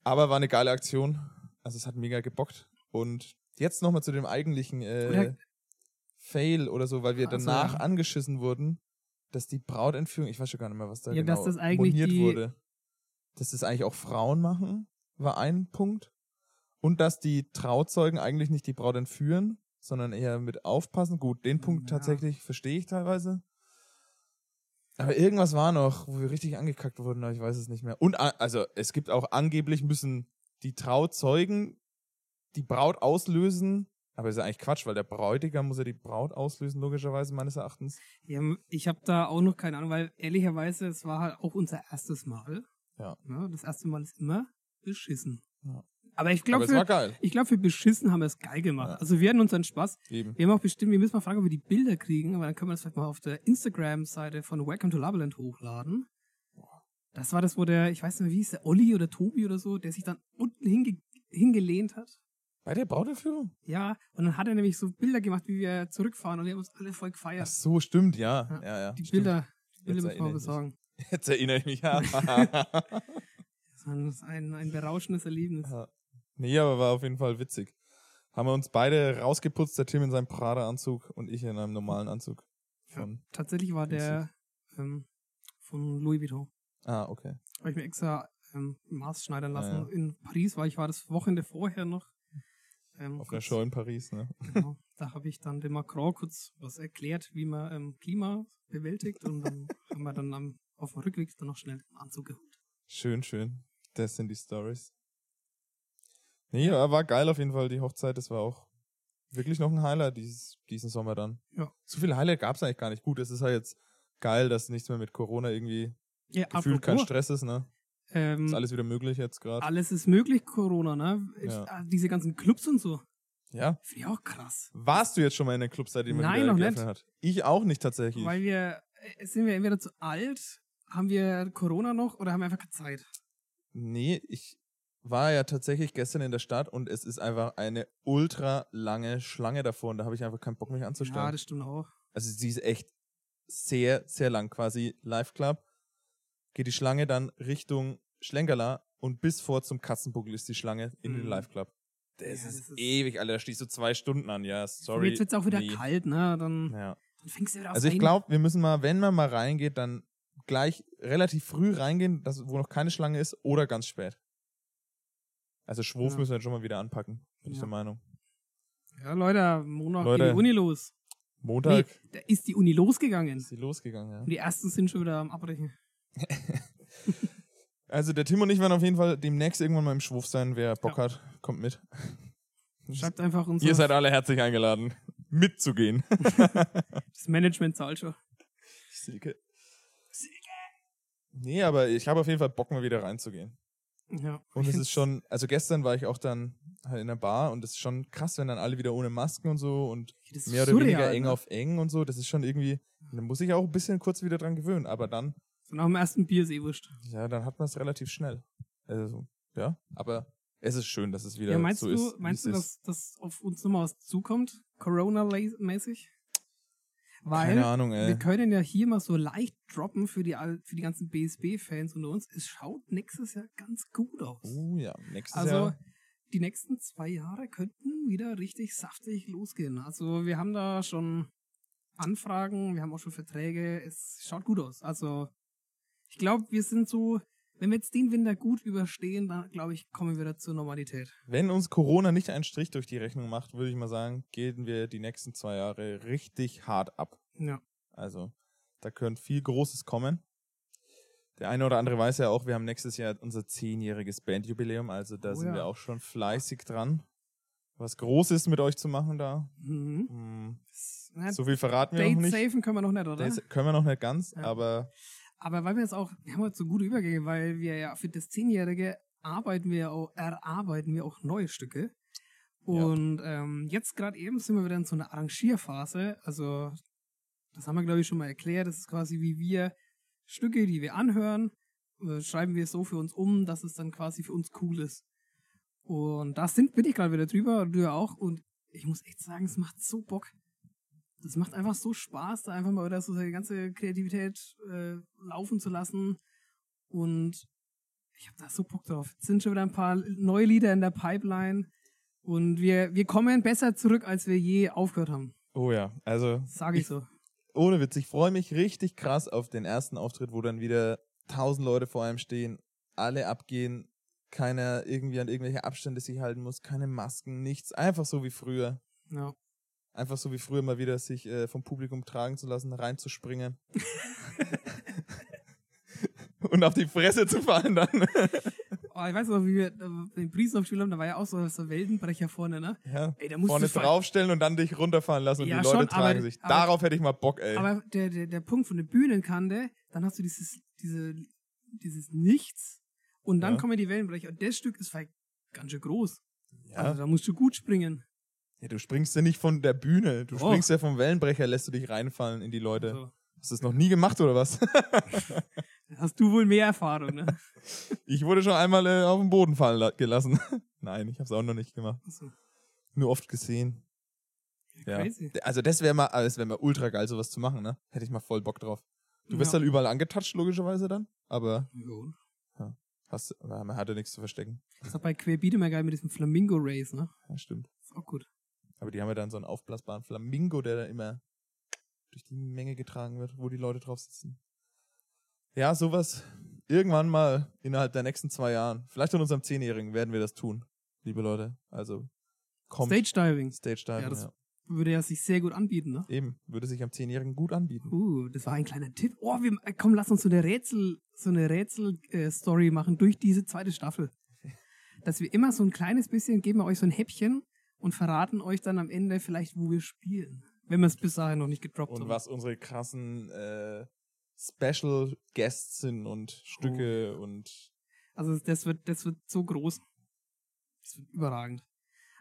S1: Aber war eine geile Aktion. Also es hat mega gebockt. Und jetzt nochmal zu dem eigentlichen äh,
S2: Oder-
S1: Fail oder so, weil wir
S2: Ach so,
S1: danach
S2: ja.
S1: angeschissen wurden, dass die Brautentführung, ich weiß schon gar nicht mehr, was da
S2: Ja,
S1: genau
S2: dass das eigentlich
S1: moniert
S2: die-
S1: wurde. Dass das eigentlich auch Frauen machen, war ein Punkt. Und dass die Trauzeugen eigentlich nicht die Braut entführen, sondern eher mit aufpassen. Gut, den Punkt
S2: Ja.
S1: tatsächlich verstehe ich teilweise. Aber irgendwas war noch, wo wir richtig angekackt wurden, aber ich weiß es nicht mehr. Und a- also es gibt auch angeblich müssen die Trauzeugen die Braut auslösen. Aber ist ja eigentlich Quatsch, weil der Bräutigam muss ja die Braut auslösen, logischerweise, meines Erachtens.
S2: Ja, ich habe da auch noch keine Ahnung, weil ehrlicherweise, es war halt auch unser erstes Mal.
S1: Ja.
S2: Ne, das erste Mal ist immer beschissen.
S1: Ja.
S2: Aber ich
S1: Aber
S2: glaube,
S1: es war
S2: für,
S1: geil.
S2: ich glaub, für beschissen haben wir es geil gemacht.
S1: Ja.
S2: Also wir hatten unseren Spaß.
S1: Eben.
S2: Wir haben auch bestimmt, wir müssen mal fragen, ob wir die Bilder kriegen, aber dann können wir das vielleicht mal auf der Instagram-Seite von Welcome to Labyrinth hochladen. Das war das, wo der, ich weiß nicht mehr, wie hieß der, Olli oder Tobi oder so, der sich dann unten hinge hingelehnt hat.
S1: Bei der Brautentführung?
S2: Ja, und dann hat er nämlich so Bilder gemacht, wie wir zurückfahren und wir haben uns alle voll gefeiert.
S1: Ach so, stimmt, ja.
S2: Ja,
S1: Ja, ja.
S2: die
S1: stimmt.
S2: Bilder, die Bilder
S1: Jetzt erinnere
S2: müssen wir mal
S1: ich mich.
S2: besorgen.
S1: Jetzt erinnere ich mich. Ja.
S2: Das war ein, ein berauschendes Erlebnis.
S1: Ja. Nee, aber war auf jeden Fall witzig. Haben wir uns beide rausgeputzt, der Tim in seinem Prada-Anzug und ich in einem normalen Anzug. Von.
S2: Tatsächlich war der ähm, von Louis Vuitton.
S1: Ah, okay.
S2: Habe ich mir extra ähm, Maß schneidern lassen
S1: Ah, ja.
S2: in Paris, weil ich war das Wochenende vorher noch. Ähm,
S1: Auf einer
S2: kurz-
S1: Show in Paris, ne?
S2: Genau, da habe ich dann dem Macron kurz was erklärt, wie man ähm, Klima bewältigt und dann haben wir dann am, auf dem Rückweg dann noch schnell einen Anzug geholt.
S1: Schön, schön. Das sind die Stories. Nee, ja, war geil auf jeden Fall, die Hochzeit. Das war auch wirklich noch ein Highlight dieses, diesen Sommer dann.
S2: Ja.
S1: So viele Highlight gab es eigentlich gar nicht. Gut, es ist halt jetzt geil, dass nichts mehr mit Corona irgendwie
S2: Ja,
S1: gefühlt kein Stress ist, ne?
S2: Ähm,
S1: Ist alles wieder möglich jetzt gerade.
S2: alles ist möglich, Corona, ne?
S1: Ja.
S2: Diese ganzen Clubs und so.
S1: Ja.
S2: Finde ich auch krass.
S1: Warst du jetzt schon mal in der Club, seitdem man
S2: Nein,
S1: wieder
S2: noch
S1: geöffnet
S2: nicht.
S1: hat? Ich auch nicht tatsächlich.
S2: Weil wir, äh, sind wir entweder zu alt, haben wir Corona noch oder haben wir einfach keine Zeit?
S1: Nee, ich war ja tatsächlich gestern in der Stadt und es ist einfach eine ultra lange Schlange davor und da habe ich einfach keinen Bock, mich
S2: Ja,
S1: anzustellen.
S2: das stimmt auch.
S1: also sie ist echt sehr, sehr lang, quasi Live Club. Geht die Schlange dann Richtung Schlenkerla und bis vor zum Katzenbuckel ist die Schlange in den
S2: Mhm.
S1: Live Club. Das,
S2: Ja,
S1: ist
S2: das ist-
S1: ewig, Alter. Da stehst du zwei Stunden an, ja.
S2: Und
S1: Sorry.
S2: jetzt wird es auch wieder
S1: nee.
S2: kalt, ne? Dann,
S1: Ja.
S2: dann fängst du wieder auf
S1: Also ich
S2: ein-
S1: glaube, wir müssen mal, wenn man mal reingeht, dann gleich relativ früh reingehen, dass, wo noch keine Schlange ist, oder ganz spät. Also Schwurf
S2: Ja.
S1: müssen wir jetzt schon mal wieder anpacken, bin ich
S2: Ja.
S1: der Meinung.
S2: Ja, Leute, am Montag
S1: Leute.
S2: geht die Uni los.
S1: Montag
S2: Nee, da ist die Uni losgegangen.
S1: ist sie losgegangen, ja.
S2: Und die ersten sind schon wieder am Abbrechen.
S1: Also der Tim und ich werden auf jeden Fall demnächst irgendwann mal im Schwurf sein. Wer Bock
S2: Ja.
S1: hat, kommt mit.
S2: Schreibt einfach uns.
S1: Ihr seid alle herzlich eingeladen, mitzugehen.
S2: das Management zahlt schon.
S1: Silke. Nee, aber ich habe auf jeden Fall Bock, mal wieder reinzugehen.
S2: Ja.
S1: Und
S2: Ich
S1: es
S2: find-
S1: ist schon, also gestern war ich auch dann halt in der Bar und es ist schon krass, wenn dann alle wieder ohne Masken und so und
S2: das ist
S1: mehr oder
S2: surreal,
S1: weniger eng
S2: ne?
S1: auf eng und so. Das ist schon irgendwie, da muss ich auch ein bisschen kurz wieder dran gewöhnen, aber dann,
S2: So nach dem ersten Bier ist eh wurscht.
S1: ja, dann hat man es relativ schnell. Also, ja, aber es ist schön, dass es wieder
S2: Ja, meinst
S1: so
S2: du,
S1: ist. wie
S2: meinst du
S1: es ist.
S2: dass, dass auf uns nochmal was zukommt? Corona-mäßig? Weil
S1: Keine Ahnung, äh. ey.
S2: wir können ja hier mal so leicht droppen für die, all- für die ganzen BSB-Fans unter uns. Es schaut nächstes Jahr ganz gut aus.
S1: Oh ja, nächstes
S2: Also
S1: Jahr.
S2: die nächsten zwei Jahre könnten wieder richtig saftig losgehen. Also wir haben da schon Anfragen, wir haben auch schon Verträge. Es schaut gut aus. Also ich glaube, wir sind so, wenn wir jetzt den Winter gut überstehen, dann glaube ich, kommen wir wieder zur Normalität.
S1: Wenn uns Corona nicht einen Strich durch die Rechnung macht, würde ich mal sagen, gehen wir die nächsten zwei Jahre richtig hart ab.
S2: Ja.
S1: Also, da könnte viel Großes kommen. Der eine oder andere weiß ja auch, wir haben nächstes Jahr unser zehnjähriges Bandjubiläum, also da
S2: Oh
S1: sind
S2: ja.
S1: wir auch schon fleißig dran. Was Großes mit euch zu machen da.
S2: Mhm.
S1: Hm,
S2: Na,
S1: so viel verraten wir noch
S2: Date
S1: nicht.
S2: safen können wir noch nicht, oder?
S1: Dates können wir noch nicht ganz,
S2: Ja.
S1: aber
S2: Aber weil wir jetzt auch, wir haben jetzt so gute Übergänge, weil wir ja für das Zehnjährige arbeiten wir auch, erarbeiten wir auch neue Stücke. Und ähm, jetzt gerade eben sind wir wieder in so einer Arrangierphase. Also, das haben wir, glaube ich, schon mal erklärt. Das ist quasi wie wir Stücke, die wir anhören, äh, schreiben wir so für uns um, dass es dann quasi für uns cool ist. Und da sind, bin ich gerade wieder drüber, du ja auch. Und ich muss echt sagen, es macht so Bock. Das macht einfach so Spaß, da einfach mal wieder so seine ganze Kreativität äh, laufen zu lassen. Und ich habe da so Bock drauf. Jetzt sind schon wieder ein paar neue Lieder in der Pipeline. Und wir, wir kommen besser zurück, als wir je aufgehört haben.
S1: oh ja, also
S2: Sage ich so.
S1: ohne Witz, ich freue mich richtig krass auf den ersten Auftritt, wo dann wieder tausend Leute vor einem stehen, alle abgehen, keiner irgendwie an irgendwelche Abstände sich halten muss, keine Masken, nichts, einfach so wie früher.
S2: Ja.
S1: Einfach so wie früher mal wieder sich äh, vom Publikum tragen zu lassen, reinzuspringen. Und auf die Fresse zu fallen dann.
S2: Oh, ich weiß noch, wie wir äh, den Priester gespielt haben, da war ja auch so, so ein Weltenbrecher vorne, ne?
S1: ja.
S2: Ey, da musst
S1: Vorne
S2: du ver-
S1: draufstellen und dann dich runterfahren lassen und
S2: Ja,
S1: die Leute
S2: schon, aber-
S1: tragen sich.
S2: aber-
S1: Darauf hätte ich mal Bock, ey.
S2: Aber der, der, der Punkt von der Bühnenkante, dann hast du dieses, diese, dieses Nichts und dann
S1: Ja.
S2: kommen die Wellenbrecher. Und das Stück ist vielleicht ganz schön groß.
S1: ja.
S2: Also da musst du gut springen.
S1: ja, du springst ja nicht von der Bühne. Du
S2: Doch.
S1: springst ja vom Wellenbrecher, lässt du dich reinfallen in die Leute.
S2: Oh. Also,
S1: Hast du das noch nie gemacht oder was?
S2: hast du wohl mehr Erfahrung, ne?
S1: Ich wurde schon einmal äh, auf den Boden fallen la- gelassen. Nein, ich habe es auch noch nicht gemacht.
S2: Also,
S1: Nur oft gesehen. Ja.
S2: Crazy.
S1: D- Also das wäre mal, das wäre mal ultra geil, sowas zu machen, ne? Hätte ich mal voll Bock drauf. Du wirst
S2: ja.
S1: halt überall angetatscht, logischerweise dann. Aber
S2: Ja.
S1: hast, na, man hat ja nichts zu verstecken.
S2: Das ist auch bei Querbeat immer geil mit diesem Flamingo-Race, ne?
S1: Ja, stimmt.
S2: Ist auch gut.
S1: Aber die haben ja dann so einen aufblasbaren Flamingo, der da immer durch die Menge getragen wird, wo die Leute drauf sitzen. Ja, sowas. Irgendwann mal innerhalb der nächsten zwei Jahren, vielleicht in unserem Zehnjährigen, werden wir das tun, liebe Leute. Also kommt.
S2: Stage-Diving
S1: Stage Dive.
S2: Ja, das-
S1: ja.
S2: würde ja sich sehr gut anbieten, ne?
S1: Eben, würde sich am Zehnjährigen gut anbieten.
S2: Uh, das war ein kleiner Tipp. Oh, wir, äh, komm, lass uns so eine Rätsel, so eine Rätsel-Story machen durch diese zweite Staffel. Dass wir immer so ein kleines bisschen, geben wir euch so ein Häppchen und verraten euch dann am Ende vielleicht, wo wir spielen. Wenn wir es bis dahin noch nicht gedroppt
S1: Und
S2: haben.
S1: was unsere
S2: Oh.
S1: krassen äh, Special Guests sind und Stücke und
S2: Also das wird, das wird so groß. Das wird überragend.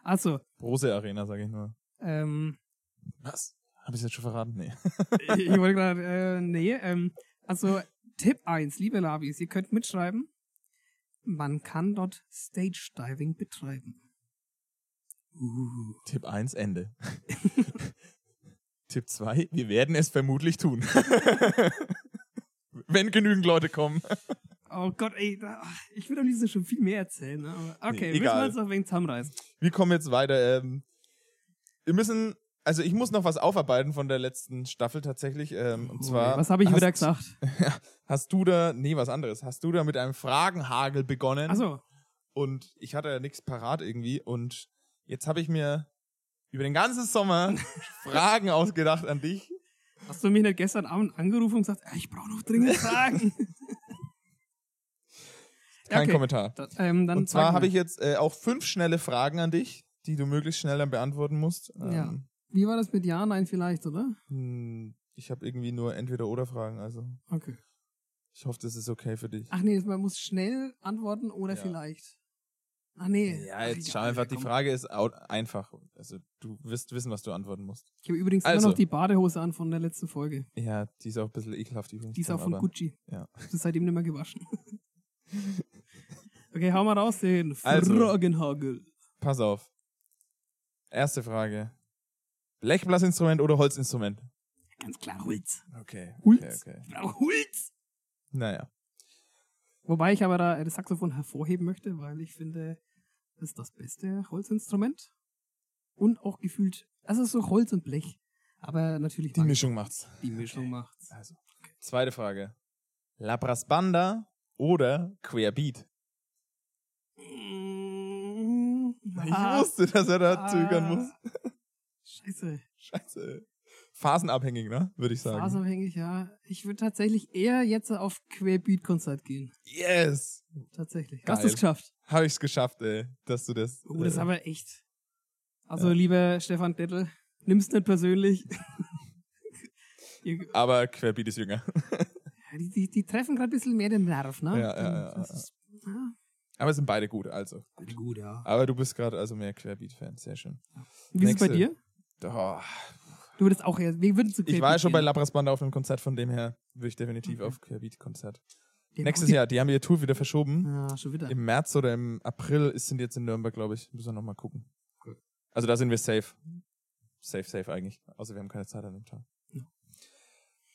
S2: Also,
S1: Große Arena, sage ich nur.
S2: ähm,
S1: Was? Habe ich jetzt schon verraten? Nee.
S2: ich ich wollte gerade, äh, nee, ähm, also Tipp 1, liebe Labis, ihr könnt mitschreiben. Man kann dort Stage Diving betreiben. Uh.
S1: Tipp 1, Ende. Tipp 2, wir werden es vermutlich tun. Wenn genügend Leute kommen.
S2: Oh Gott, ey, da, ich würde am liebsten schon viel mehr erzählen, ne? aber okay,
S1: Nee,
S2: wir müssen
S1: egal.
S2: wir uns noch wegen zusammenreißen.
S1: Wir kommen jetzt weiter. Ähm, wir müssen, also ich muss noch was aufarbeiten von der letzten Staffel tatsächlich. Ähm, und zwar.
S2: Oh, was habe ich
S1: hast,
S2: wieder gesagt?
S1: Hast du da, nee, was anderes. Hast du da mit einem Fragenhagel begonnen?
S2: Achso,
S1: Und ich hatte ja nichts parat irgendwie. Und jetzt habe ich mir über den ganzen Sommer Fragen ausgedacht an dich.
S2: hast du mich nicht gestern Abend angerufen und gesagt, ah, ich brauche noch dringend Fragen?
S1: Kein
S2: Okay.
S1: Kommentar.
S2: Da- ähm, dann
S1: und zwar
S2: sag
S1: habe
S2: mir,
S1: ich jetzt äh, auch fünf schnelle Fragen an dich, die du möglichst schnell dann beantworten musst. Ähm,
S2: Ja. Wie war das mit Ja, Nein vielleicht, oder?
S1: hm, Ich habe irgendwie nur entweder oder Fragen, also
S2: Okay.
S1: ich hoffe, das ist okay für dich.
S2: Ach nee, man muss schnell antworten oder
S1: Ja.
S2: vielleicht. Ach nee.
S1: Ja,
S2: Ach,
S1: jetzt schau
S2: egal,
S1: einfach, die
S2: komm.
S1: Frage ist au- einfach. Also du wirst wissen, was du antworten musst.
S2: Ich habe übrigens
S1: Also.
S2: immer noch die Badehose an von der letzten Folge.
S1: Ja, die ist auch ein bisschen ekelhaft übrigens.
S2: Die ist auch
S1: Tom,
S2: von
S1: aber-
S2: Gucci.
S1: ja.
S2: Das ist seitdem nicht mehr gewaschen. okay, hau mal raus den
S1: Also.
S2: Fragenhagel.
S1: Pass auf. Erste Frage. Blechblasinstrument oder Holzinstrument?
S2: Ganz klar, Holz.
S1: Okay. Okay,
S2: Holz.
S1: okay.
S2: Ich brauche Holz.
S1: Naja.
S2: Wobei ich aber da äh, das Saxophon hervorheben möchte, weil ich finde, das ist das beste Holzinstrument. Und auch gefühlt, also so Holz und Blech. Aber natürlich
S1: Die
S2: mag-
S1: Mischung macht's.
S2: die Mischung
S1: Okay.
S2: macht's.
S1: Also. Zweite Frage. Labras Banda oder Querbeat?
S2: Mm,
S1: Ich
S2: Ich
S1: wusste, dass er da zögern muss.
S2: ah, Scheiße.
S1: Scheiße. Phasenabhängig, ne? Würde ich sagen.
S2: Phasenabhängig, ja. Ich würde tatsächlich eher jetzt auf Querbeat-Konzert gehen.
S1: Yes!
S2: Tatsächlich.
S1: Geil.
S2: Hast du es geschafft?
S1: Habe ich's geschafft, ey, dass du das.
S2: Oh, das ist
S1: äh,
S2: aber echt. Also,
S1: Ja.
S2: lieber Stefan Dettel, nimm's nicht persönlich. Ihr-
S1: aber Querbeat ist jünger.
S2: die, die, die treffen gerade ein bisschen mehr den Nerv, ne?
S1: Ja, ja, ja,
S2: Das
S1: ja,
S2: ist, ja.
S1: Aber sind beide gut, also.
S2: Gut, ja.
S1: Aber du bist gerade also mehr Querbeat-Fan, sehr schön.
S2: Wie ist es bei
S1: Nächste.
S2: dir?
S1: Oh,
S2: Du würdest auch eher. Wir würden zu
S1: ich war ja
S2: Querbeat
S1: schon bei
S2: gehen.
S1: Labras Banda auf einem Konzert, von dem her würde ich definitiv
S2: Okay.
S1: auf Querbeat-Konzert.
S2: Die haben auch
S1: Nächstes
S2: die-
S1: Jahr, die haben ihr Tour wieder verschoben.
S2: Ah, schon wieder.
S1: Im März oder im April ist, sind die jetzt in Nürnberg, glaube ich. Müssen wir nochmal gucken.
S2: Cool.
S1: Also da sind wir safe. Safe, safe eigentlich. Außer wir haben keine Zeit an dem Tag.
S2: Ja.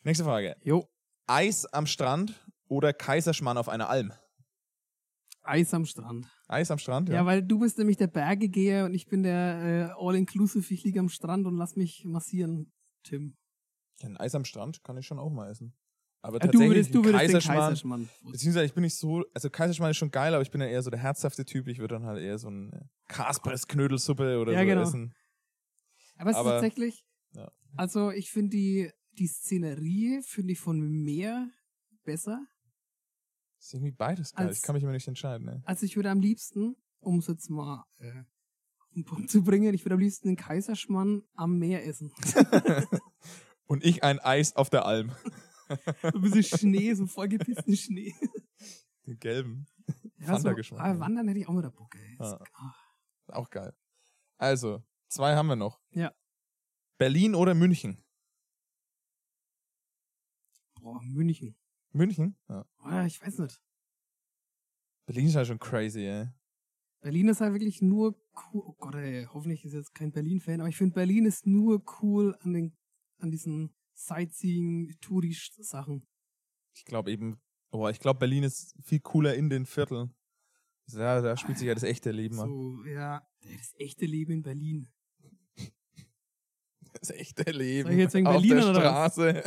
S1: Nächste Frage.
S2: Jo.
S1: Eis am Strand oder Kaiserschmarrn auf einer Alm?
S2: Eis am Strand.
S1: Eis am Strand,
S2: Ja.
S1: ja.
S2: weil du bist nämlich der Bergegeher und ich bin der äh, All-Inclusive. Ich liege am Strand und lass mich massieren, Tim.
S1: Ein Eis am Strand kann ich schon auch mal essen. Aber
S2: Äh, du
S1: tatsächlich
S2: würdest, du
S1: ein
S2: würdest
S1: Kaiserschmarrn,
S2: den Kaiserschmarrn.
S1: Beziehungsweise ich bin nicht so, also Kaiserschmarrn ist schon geil, aber ich bin ja eher so der herzhafte Typ. Ich würde dann halt eher so eine Kaspress-Knödelsuppe oder
S2: Ja,
S1: so
S2: genau.
S1: essen.
S2: Aber es
S1: aber-
S2: ist tatsächlich,
S1: Ja.
S2: also ich finde die, die Szenerie, finde ich von Meer besser.
S1: Ist irgendwie beides geil.
S2: Als-
S1: ich kann mich immer nicht entscheiden. Ne?
S2: Also ich würde am liebsten, um es jetzt mal äh, auf den Punkt zu bringen, ich würde am liebsten den Kaiserschmarrn am Meer essen.
S1: Und ich ein Eis auf der Alm.
S2: So ein bisschen Schnee, so vollgepissten Schnee.
S1: Den gelben.
S2: Ja, so,
S1: Wandergeschmack,
S2: aber
S1: ja.
S2: wandern hätte ich auch mal da Bock, ey.
S1: Ja.
S2: Ah.
S1: Auch geil. Also, zwei haben wir noch.
S2: Ja.
S1: Berlin oder München?
S2: Boah, München.
S1: München? Ja.
S2: Ah, ich weiß nicht.
S1: Berlin ist ja schon crazy, ey.
S2: Berlin ist halt wirklich nur cool. Oh Gott, ey, hoffentlich ist jetzt kein Berlin-Fan, aber ich finde Berlin ist nur cool an den, an diesen Sightseeing, Tourist-Sachen.
S1: Ich glaube eben, oh, ich glaube, Berlin ist viel cooler in den Vierteln. Da, da spielt sich ja das echte Leben ab.
S2: So, ja, ey, das echte Leben in Berlin.
S1: Das echte Leben.
S2: Soll ich jetzt wegen
S1: auf
S2: Berlin
S1: der
S2: oder was?
S1: Straße.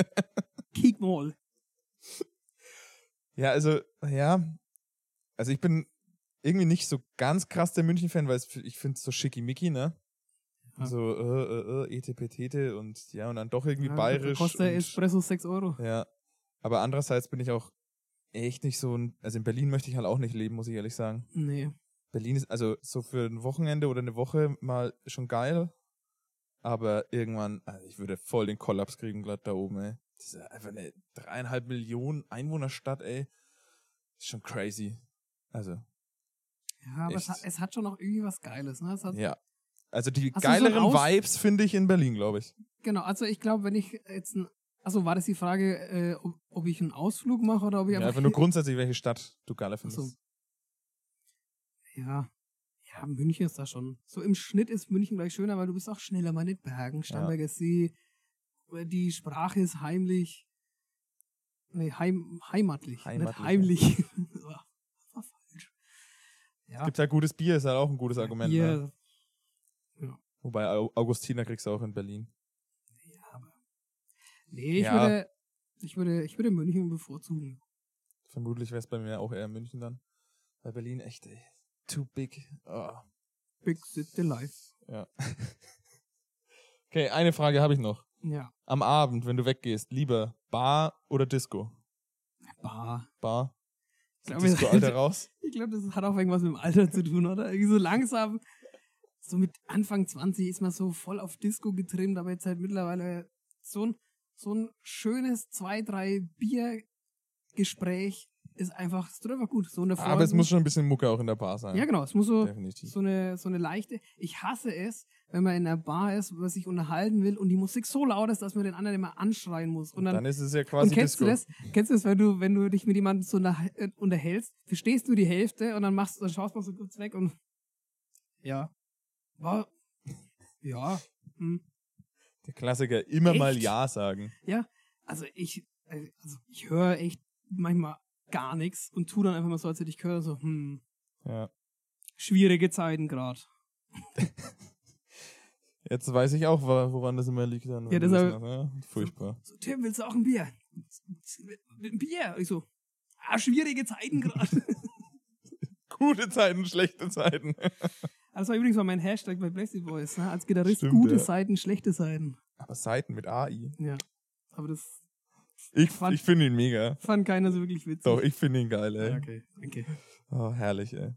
S2: Kick mal.
S1: Ja, also, ja. Also ich bin irgendwie nicht so ganz krass der München-Fan, weil es, ich finde es so schickimicki, ne?
S2: Ja.
S1: So, äh, äh, äh, etepetete und ja, und dann doch irgendwie
S2: Ja,
S1: bayerisch.
S2: Kostet der
S1: und,
S2: Espresso 6 Euro.
S1: ja. Aber andererseits bin ich auch echt nicht so ein, also in Berlin möchte ich halt auch nicht leben, muss ich ehrlich sagen.
S2: Nee.
S1: Berlin ist also so für ein Wochenende oder eine Woche mal schon geil, aber irgendwann, also ich würde voll den Kollaps kriegen glatt da oben, ey. Das ist ja einfach eine dreieinhalb Millionen Einwohnerstadt, ey. Ist schon crazy. Also,
S2: Ja, aber
S1: Echt.
S2: es hat, es hat schon auch irgendwie was Geiles. Ne? Es hat,
S1: ja. Also die
S2: Hast du so einen
S1: geileren
S2: Aus-
S1: Vibes finde ich in Berlin, glaube ich.
S2: Genau, also ich glaube, wenn ich jetzt ein. Also war das die Frage, äh, ob, ob ich einen Ausflug mache oder ob ich
S1: Ja, einfach nur grundsätzlich, welche Stadt du geiler
S2: Oh Ach
S1: findest.
S2: so. Ja. Ja, München ist da schon. So im Schnitt ist München gleich schöner, weil du bist auch schneller mal in den Bergen, Starnberger See. Die Sprache ist heimlich. Nee, heim, heimatlich.
S1: Heimatlich,
S2: Nicht
S1: ja.
S2: heimlich. Boah, das war falsch. Ja,
S1: Gibt halt gutes Bier, ist halt auch ein gutes Argument.
S2: Bier,
S1: Ne? Wobei Au- Augustiner kriegst du auch in Berlin.
S2: Nee, ich,
S1: Ja.
S2: würde, ich, würde, ich würde München bevorzugen.
S1: Vermutlich wäre es bei mir auch eher München dann. Bei Berlin echt, ey. Too big. Oh.
S2: Big City Life.
S1: Ja. okay, eine Frage habe ich noch.
S2: Ja,
S1: Am Abend, wenn du weggehst, lieber Bar oder Disco?
S2: Bar.
S1: Bar.
S2: Ich glaub,
S1: Disco,
S2: wir-
S1: Alter, raus.
S2: Ich glaube, das hat auch irgendwas mit dem Alter zu tun, oder? Irgendwie so langsam, so mit Anfang 20 ist man so voll auf Disco getrimmt, aber jetzt halt mittlerweile so ein, so ein schönes zwei, drei Bier-Gespräch ist einfach, ist doch einfach gut. So eine
S1: Ah, Aber es muss schon ein bisschen Mucke auch in der Bar sein.
S2: Ja, genau, es muss so,
S1: Definitiv.
S2: so, eine, so eine leichte. Ich hasse es, wenn man in einer Bar ist, wo man sich unterhalten will und die Musik so laut ist, dass man den anderen immer anschreien muss. Und
S1: dann,
S2: dann,
S1: ist es ja
S2: und
S1: quasi
S2: kennst
S1: Disco.
S2: du das? Kennst du das, wenn du, wenn du dich mit jemandem so nach, äh, unterhältst, verstehst du die Hälfte und dann machst dann schaust du mal so kurz weg und ja. War, ja. Hm.
S1: Der Klassiker, immer
S2: Echt?
S1: mal Ja sagen.
S2: Also ich, äh, also ich höre echt manchmal gar nichts und tu dann einfach mal so, als hätte ich gehört, so, hm,
S1: Ja.
S2: schwierige Zeiten gerade.
S1: Jetzt weiß ich auch, wa- woran das immer liegt. Dann, wenn
S2: Ja,
S1: du
S2: deshalb-
S1: das machst, ne? Furchtbar.
S2: So, Tim, willst du auch ein Bier? Ein Bier? Ich so, ah, schwierige Zeiten Also gerade.
S1: Gute Zeiten, schlechte Zeiten.
S2: das war übrigens mal mein Hashtag bei Blessed Boys, ne? als Gitarrist,
S1: Stimmt,
S2: gute
S1: ja.
S2: Seiten, schlechte Seiten.
S1: Aber Seiten mit AI.
S2: Ja. Aber das
S1: Ich,
S2: Fand-
S1: ich finde ihn mega.
S2: fand keiner so wirklich witzig.
S1: Doch, ich ne? finde ihn geil, ey.
S2: Ja, okay, okay.
S1: Oh, herrlich, ey.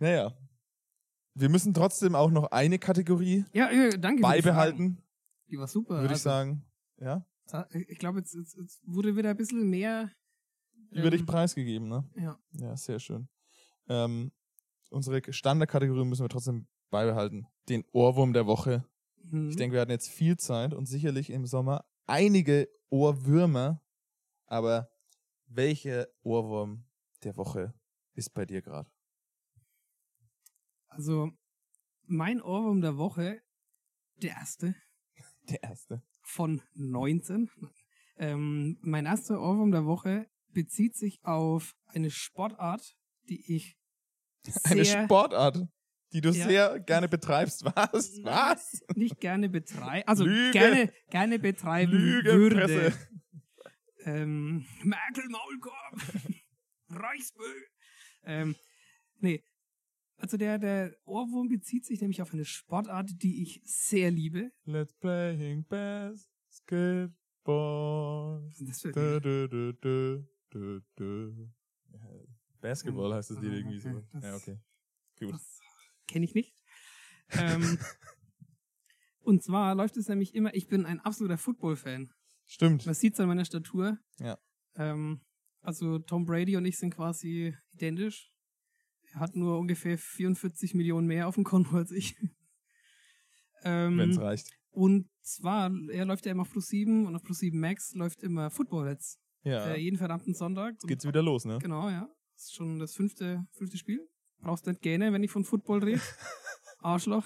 S1: Naja. Wir müssen trotzdem auch noch eine Kategorie
S2: Ja, äh, danke. für die Fragen.
S1: beibehalten,
S2: Die war super.
S1: würde ich
S2: also,
S1: sagen. Ja?
S2: sagen. Ich glaube, jetzt, jetzt, jetzt wurde wieder ein bisschen mehr.
S1: Die würde ich
S2: ähm,
S1: preisgegeben, ne?
S2: Ja.
S1: Ja, sehr schön. Ähm, unsere Standardkategorie müssen wir trotzdem beibehalten. Den Ohrwurm der Woche.
S2: Mhm.
S1: Ich denke, wir hatten jetzt viel Zeit und sicherlich im Sommer einige Ohrwürmer. Aber welcher Ohrwurm der Woche ist bei dir gerade?
S2: Also, mein Ohrwurm der Woche, der erste
S1: Der erste.
S2: von 19. Ähm, mein erster Ohrwurm der Woche bezieht sich auf eine Sportart, die ich
S1: Eine
S2: sehr
S1: Sportart, die du
S2: Ja.
S1: sehr gerne betreibst. Was? Was?
S2: nicht gerne betreibe, also
S1: Lüge.
S2: gerne, gerne betreiben
S1: Lüge,
S2: würde.
S1: Presse.
S2: ähm, Merkel Maulkorb, Reichsböll. Ähm, nee, also der, der Ohrwurm bezieht sich nämlich auf eine Sportart, die ich sehr liebe.
S1: Let's playing basketball.
S2: Was ist denn das für ein
S1: Du,
S2: Lied?
S1: du, du, du, du, du. Ja, Basketball heißt das Lied
S2: Ah,
S1: irgendwie so.
S2: okay, das-
S1: Ja, okay. Gut.
S2: Das kenne ich nicht. Ähm, und zwar läuft es nämlich immer, ich bin ein absoluter Football-Fan.
S1: Stimmt.
S2: Man sieht es an meiner Statur.
S1: Ja.
S2: Ähm, also Tom Brady und ich sind quasi identisch. Er hat nur ungefähr 44 Millionen mehr auf dem Konto als ich. ähm,
S1: Wenn's reicht.
S2: und zwar, er läuft ja immer auf Plus 7 und auf Plus 7 Max läuft immer Football jetzt.
S1: Ja.
S2: Äh, jeden verdammten Sonntag.
S1: Jetzt geht's wieder los, ne?
S2: Genau, ja. Das ist schon das fünfte, fünfte Spiel. Brauchst nicht gerne, wenn ich von Football rede. Arschloch.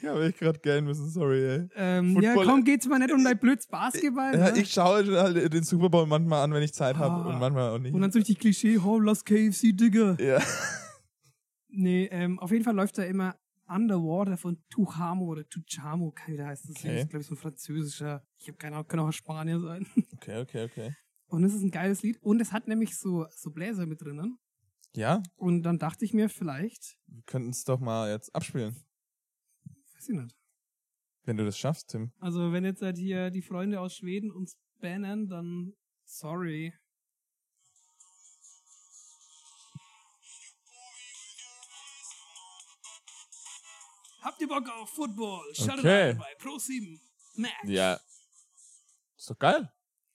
S1: Ja, aber ich gerade gern müssen, sorry, ey.
S2: Ähm, ja,
S1: Football-
S2: komm, geht's mal nicht um dein blödes Basketball.
S1: Ja,
S2: ne?
S1: ich schaue halt den Super Bowl manchmal an, wenn ich Zeit habe
S2: Ah.
S1: und manchmal auch nicht.
S2: und dann so richtig Klischee, oh, lass KFC, Digga.
S1: ja.
S2: Nee, ähm, auf jeden Fall läuft da immer Underwater von Tuhamo oder Tuchamo, kann wie der heißt. Das
S1: Okay.
S2: ist, glaube ich, so ein französischer. Ich habe keine Ahnung, kann auch aus Spanien sein.
S1: Okay, okay, okay.
S2: Und es ist ein geiles Lied. Und es hat nämlich so, so Bläser mit drinnen.
S1: Ja,
S2: Und dann dachte ich mir, vielleicht,
S1: wir könnten es doch mal jetzt abspielen,
S2: weiß ich nicht.
S1: wenn du das schaffst, Tim.
S2: Also, wenn jetzt halt hier die Freunde aus Schweden uns bannen, dann sorry. Habt ihr Bock auf Football? Schaltet
S1: Okay.
S2: ein bei Pro 7 Max.
S1: Ja. Ist doch geil.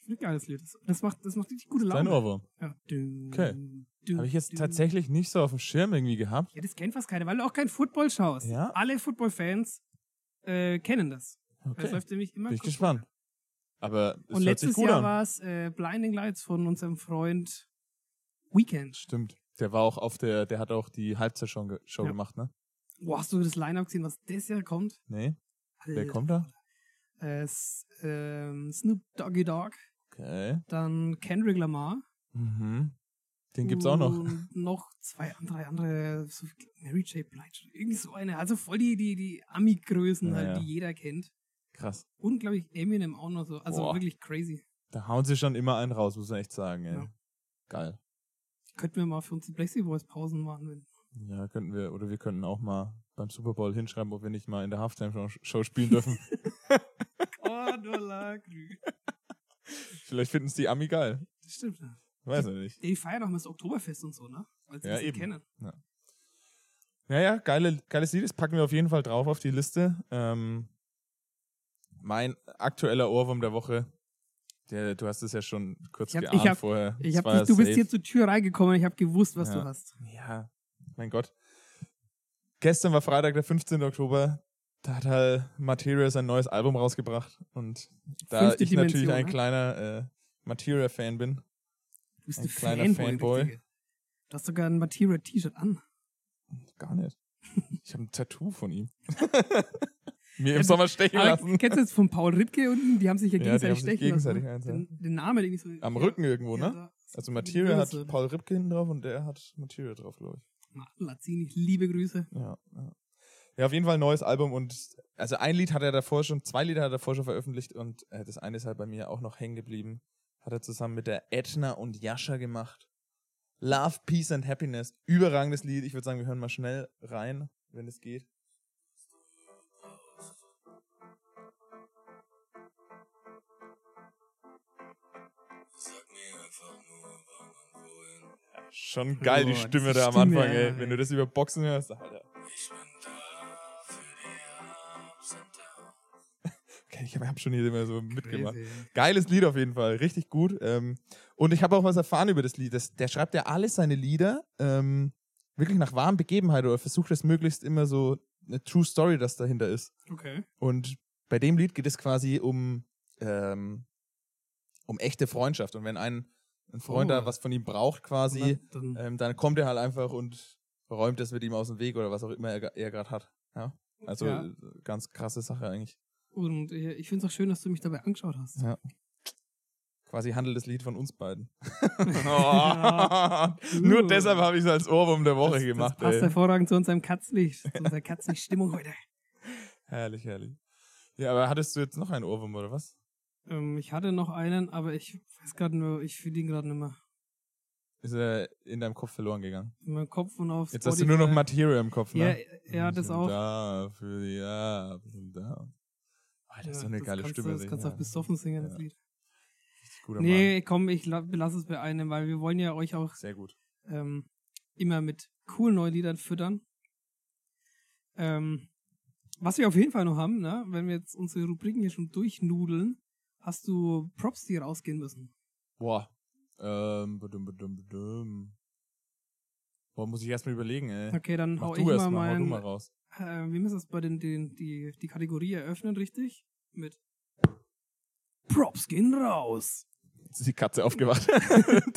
S2: Ein geiles Lied. Das- Das macht, das macht richtig gute
S1: Dein
S2: Laune.
S1: Ohrwurm.
S2: Ja. Ding,
S1: Okay.
S2: Du,
S1: Habe ich jetzt
S2: du.
S1: tatsächlich nicht so auf dem Schirm irgendwie gehabt.
S2: Ja, das kennt fast keiner, weil du auch kein Football schaust.
S1: Ja.
S2: Alle Football-Fans äh, kennen das.
S1: Okay,
S2: Das läuft nämlich immer
S1: bin ich
S2: kurz-
S1: gespannt. Aber es
S2: Und
S1: hört sich
S2: letztes
S1: gut
S2: Jahr
S1: an.
S2: war es äh, Blinding Lights von unserem Freund Weekend.
S1: Stimmt. Der war auch auf der, der hat auch die Halbzeitshow ge Show
S2: Ja.
S1: gemacht, ne?
S2: Boah, hast du das Line-Up gesehen, was das Jahr kommt?
S1: Nee. Wer
S2: Alter.
S1: kommt da?
S2: Äh, S- ähm, Snoop Doggy Dogg,
S1: Okay.
S2: dann Kendrick Lamar.
S1: Mhm. Den gibt's auch noch.
S2: Und Mm, noch zwei, drei andere, so Mary J. Blige, irgendwie so eine. Also voll die, die, die Ami-Größen,
S1: Ja,
S2: halt,
S1: ja.
S2: die jeder kennt.
S1: Krass.
S2: Und glaube ich Eminem auch noch so. Also
S1: Boah.
S2: wirklich crazy.
S1: Da hauen sie schon immer einen raus, muss man echt sagen, ey.
S2: Ja.
S1: Geil.
S2: Könnten wir mal für unsere Blazy Boys Pausen machen, wenn
S1: Ja, könnten wir, oder wir könnten auch mal beim Super Bowl hinschreiben, ob wir nicht mal in der Halftime-Show spielen dürfen. Oh,
S2: Cordula Grün.
S1: Vielleicht finden's die Ami geil.
S2: Das stimmt. Ja.
S1: Weiß ich nicht.
S2: Die feiern auch mal das Oktoberfest und so, ne? Weil sie
S1: Ja,
S2: das
S1: eben.
S2: kennen.
S1: Naja, geile, geiles Lied, das packen wir auf jeden Fall drauf auf die Liste. Ähm, mein aktueller Ohrwurm der Woche, der, du hast es ja schon kurz
S2: Ich hab- ich
S1: geahnt
S2: hab-
S1: vorher.
S2: Ich
S1: Es
S2: hab
S1: war
S2: dich, du bist
S1: safe.
S2: hier zur Tür reingekommen und ich habe gewusst, was
S1: Ja.
S2: du hast.
S1: Ja, mein Gott. Gestern war Freitag, der 15. Oktober. Da hat halt Materia sein neues Album rausgebracht. Und da
S2: Fünfte
S1: ich
S2: Dimension,
S1: natürlich ein
S2: ne?
S1: kleiner äh, Materia-Fan bin.
S2: Du bist
S1: Ein
S2: ein,
S1: kleiner
S2: Fanboy.
S1: Fanboy.
S2: Richtige. Du hast sogar ein Materia-T-Shirt an.
S1: Gar nicht. Ich habe ein Tattoo von ihm. Mir
S2: Ja,
S1: im Sommer stechen
S2: Aber
S1: lassen.
S2: kennst du das von Paul Rittke unten? Die haben sich ja
S1: Ja, die haben
S2: gegenseitig
S1: sich
S2: stechen
S1: gegenseitig
S2: lassen.
S1: eins,
S2: ne? Den, den Namen irgendwie so.
S1: Am
S2: ja,
S1: Rücken irgendwo,
S2: ja,
S1: ne?
S2: da-
S1: Also Materia hat
S2: Böse.
S1: Paul Ripke hinten drauf und der hat Materia drauf, glaube ich.
S2: Martin Lazzini, liebe Grüße.
S1: Ja, ja. Ja, auf jeden Fall ein neues Album und also ein Lied hat er davor schon, zwei Lieder hat er davor schon veröffentlicht und äh, das eine ist halt bei mir auch noch hängen geblieben. Hat er zusammen mit der Edna und Jascha gemacht. Love, Peace and Happiness. Überragendes Lied. Ich würde sagen, wir hören mal schnell rein, wenn es geht.
S3: Sag mir einfach nur, wann und wohin.
S1: Schon geil, die
S2: Boah,
S1: Stimme
S2: diese
S1: da am
S2: Stimme,
S1: Anfang,
S2: ey.
S1: ey. Wenn du das über Boxen hörst, Alter.
S3: Ich bin da für die Ups und Downs.
S1: Okay, ich habe schon hier immer so mitgemacht.
S2: Crazy.
S1: Geiles Lied auf jeden Fall, richtig gut. Ähm, und ich habe auch was erfahren über das Lied. Das, der schreibt ja alle seine Lieder ähm, wirklich nach wahren Begebenheiten oder versucht das möglichst immer so eine True Story, das dahinter ist.
S2: Okay.
S1: Und bei dem Lied geht es quasi um, ähm, um echte Freundschaft. Und wenn ein, ein Freund
S2: Oh.
S1: da was von ihm braucht quasi,
S2: Und dann, dann,
S1: ähm, dann kommt er halt einfach und räumt das mit ihm aus dem Weg oder was auch immer er, ge- er gerade hat. Ja? Also
S2: Ja.
S1: äh, ganz krasse Sache eigentlich.
S2: und äh, ich finde es auch schön, dass du mich dabei angeschaut hast.
S1: Ja. Quasi handelt das Lied von uns beiden.
S2: Ja.
S1: Nur
S2: Uh.
S1: deshalb habe ich es als Ohrwurm der Woche
S2: das,
S1: gemacht.
S2: das passt
S1: ey.
S2: hervorragend zu unserem Katzlicht, zu unserer Katzlicht-Stimmung heute.
S1: Herrlich, herrlich. Ja, aber hattest du jetzt noch einen Ohrwurm oder was?
S2: Ähm, ich hatte noch einen, aber ich weiß gerade nur, ich fühle ihn gerade nicht mehr.
S1: Ist er in deinem Kopf verloren gegangen?
S2: In meinem Kopf und auf
S1: Jetzt hast du nur noch
S2: Spotify.
S1: Material im Kopf,
S2: Ja,
S1: ne?
S2: ja, das
S1: Und
S2: auch.
S1: Da, für die Ups und Downs. Alter, das ist so eine
S2: das
S1: geile
S2: kannst
S1: Stimme.
S2: Du, das
S1: ey.
S2: kannst du
S1: Ja,
S2: auch besoffen singen,
S1: Ja.
S2: das Lied.
S1: richtig guter Mann.
S2: Nee, komm, ich la- belasse es bei einem, weil wir wollen ja euch auch
S1: Sehr gut.
S2: ähm, immer mit coolen neuen Liedern füttern. Ähm, was wir auf jeden Fall noch haben, ne, wenn wir jetzt unsere Rubriken hier schon durchnudeln, hast du Props, die rausgehen müssen.
S1: Boah. Ähm, badum, badum, badum. Boah, muss ich erstmal überlegen, ey.
S2: Okay, dann
S1: Mach
S2: hau ich
S1: du erst
S2: mal
S1: mal, hau du
S2: meinen.
S1: mal raus.
S2: Äh, wir müssen das bei den, den die, die Kategorie eröffnen, richtig? Mit Props gehen raus.
S1: Jetzt ist die Katze aufgewacht,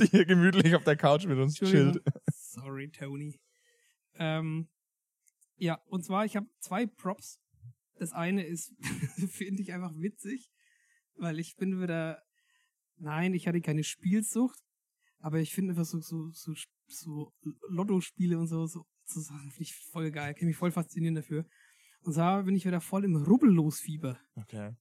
S1: die hier gemütlich auf der Couch mit uns
S2: Entschuldigung.
S1: chillt.
S2: Sorry, Tony. Ähm, ja, und zwar, ich habe zwei Props. Das eine ist, finde ich einfach witzig, weil ich bin wieder, nein, ich hatte keine Spielsucht, aber ich finde einfach so, so, so, so Lottospiele und so, so, so Sachen finde ich voll geil, kann mich voll faszinieren dafür. Und zwar bin ich wieder voll im Rubbellosfieber.
S1: Okay.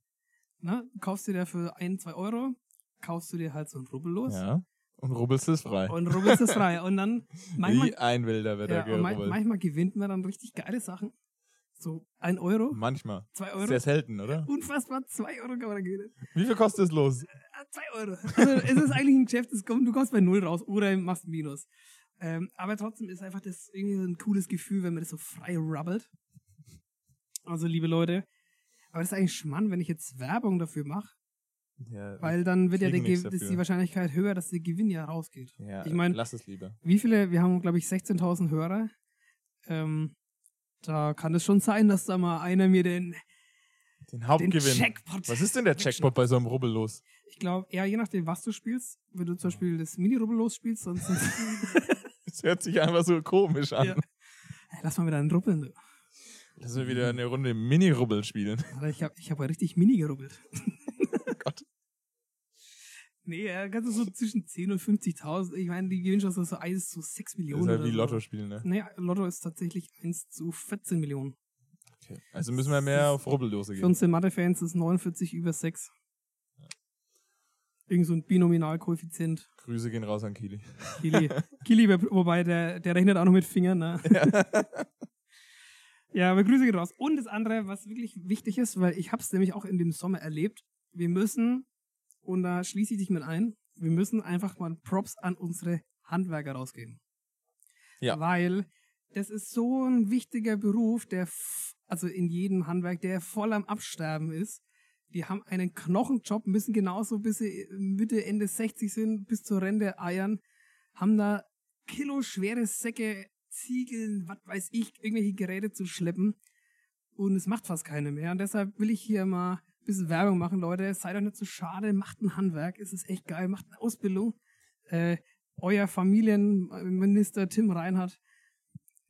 S2: Ne? Kaufst du dir für ein, zwei Euro, kaufst du dir halt so ein Rubbellos
S1: Ja. Und rubbelst es frei.
S2: und rubbelst es frei. Und dann manchmal
S1: Wie ein Wilder wird er
S2: ja, und man,
S1: gerubbelt.
S2: manchmal gewinnt man dann richtig geile Sachen. So ein Euro,
S1: Manchmal.
S2: zwei
S1: Sehr
S2: Euro.
S1: selten, oder?
S2: Unfassbar, zwei Euro kann man da gewinnen.
S1: Wie viel kostet es los?
S2: Ah, Zwei Euro. Also, es ist eigentlich ein Geschäft, das kommt, du kommst bei null raus oder machst Minus. Ähm, aber trotzdem ist einfach das irgendwie so ein cooles Gefühl, wenn man das so frei rubbelt. Also, liebe Leute, aber das ist eigentlich Schmarrn, wenn ich jetzt Werbung dafür mache.
S1: Ja,
S2: Weil dann wird ja der
S1: Kriegen
S2: Ge-
S1: nichts
S2: ist die
S1: dafür.
S2: Wahrscheinlichkeit höher, dass der Gewinn ja rausgeht.
S1: ja,
S2: ich mein-
S1: lass es lieber.
S2: Wie viele? Wir haben, glaube ich, 16.000 Hörer. Ähm, da kann es schon sein, dass da mal einer mir den,
S1: Den
S2: den
S1: Hauptgewinn.
S2: Jackpot.
S1: Was ist denn der Jackpot bei so einem Rubbel los?
S2: Ich glaube, ja, je nachdem, was du spielst. Wenn du zum Beispiel das Mini-Rubbel losspielst, sonst.
S1: Das hört sich einfach so komisch an.
S2: Ja. Ey, lass mal wieder einen Rubbeln. du.
S1: Lass wir wieder eine Runde Mini-Rubbel spielen.
S2: Alter, ich habe ich hab ja richtig Mini gerubbelt.
S1: Oh Gott.
S2: Nee, ja, ganz so zwischen 10 und 50.000. Ich meine, die gewinnen schon so 1 zu 6
S1: Das
S2: Millionen.
S1: ist halt
S2: oder
S1: wie
S2: so. Hm.
S1: Lotto spielen, ne?
S2: Naja, Lotto ist tatsächlich 1 zu 14 Millionen.
S1: Okay. Also müssen wir mehr auf Rubbeldose
S2: Für
S1: gehen.
S2: uns Mathe-Fans ist 49 über 6. Irgend so ein Binominalkoeffizient.
S1: Grüße gehen raus an Kili.
S2: Kili, Kili wer- wobei der, der rechnet auch noch mit Fingern. Ne? ja, aber Grüße gehen raus. Und das andere, was wirklich wichtig ist, weil ich habe es nämlich auch in dem Sommer erlebt, wir müssen, und da schließe ich dich mit ein, wir müssen einfach mal Props an unsere Handwerker rausgeben.
S1: Ja.
S2: Weil das ist so ein wichtiger Beruf, der, f- also in jedem Handwerk, der voll am Absterben ist. Die haben einen Knochenjob, müssen genauso bis sie Mitte, Ende 60 sind, bis zur Rente eiern, haben da kiloschwere Säcke, Ziegeln, was weiß ich, irgendwelche Geräte zu schleppen. Und es macht fast keine mehr. Und deshalb will ich hier mal ein bisschen Werbung machen, Leute. Seid doch nicht so schade, macht ein Handwerk, es ist echt geil, macht eine Ausbildung. Äh, euer Familienminister Tim Reinhardt.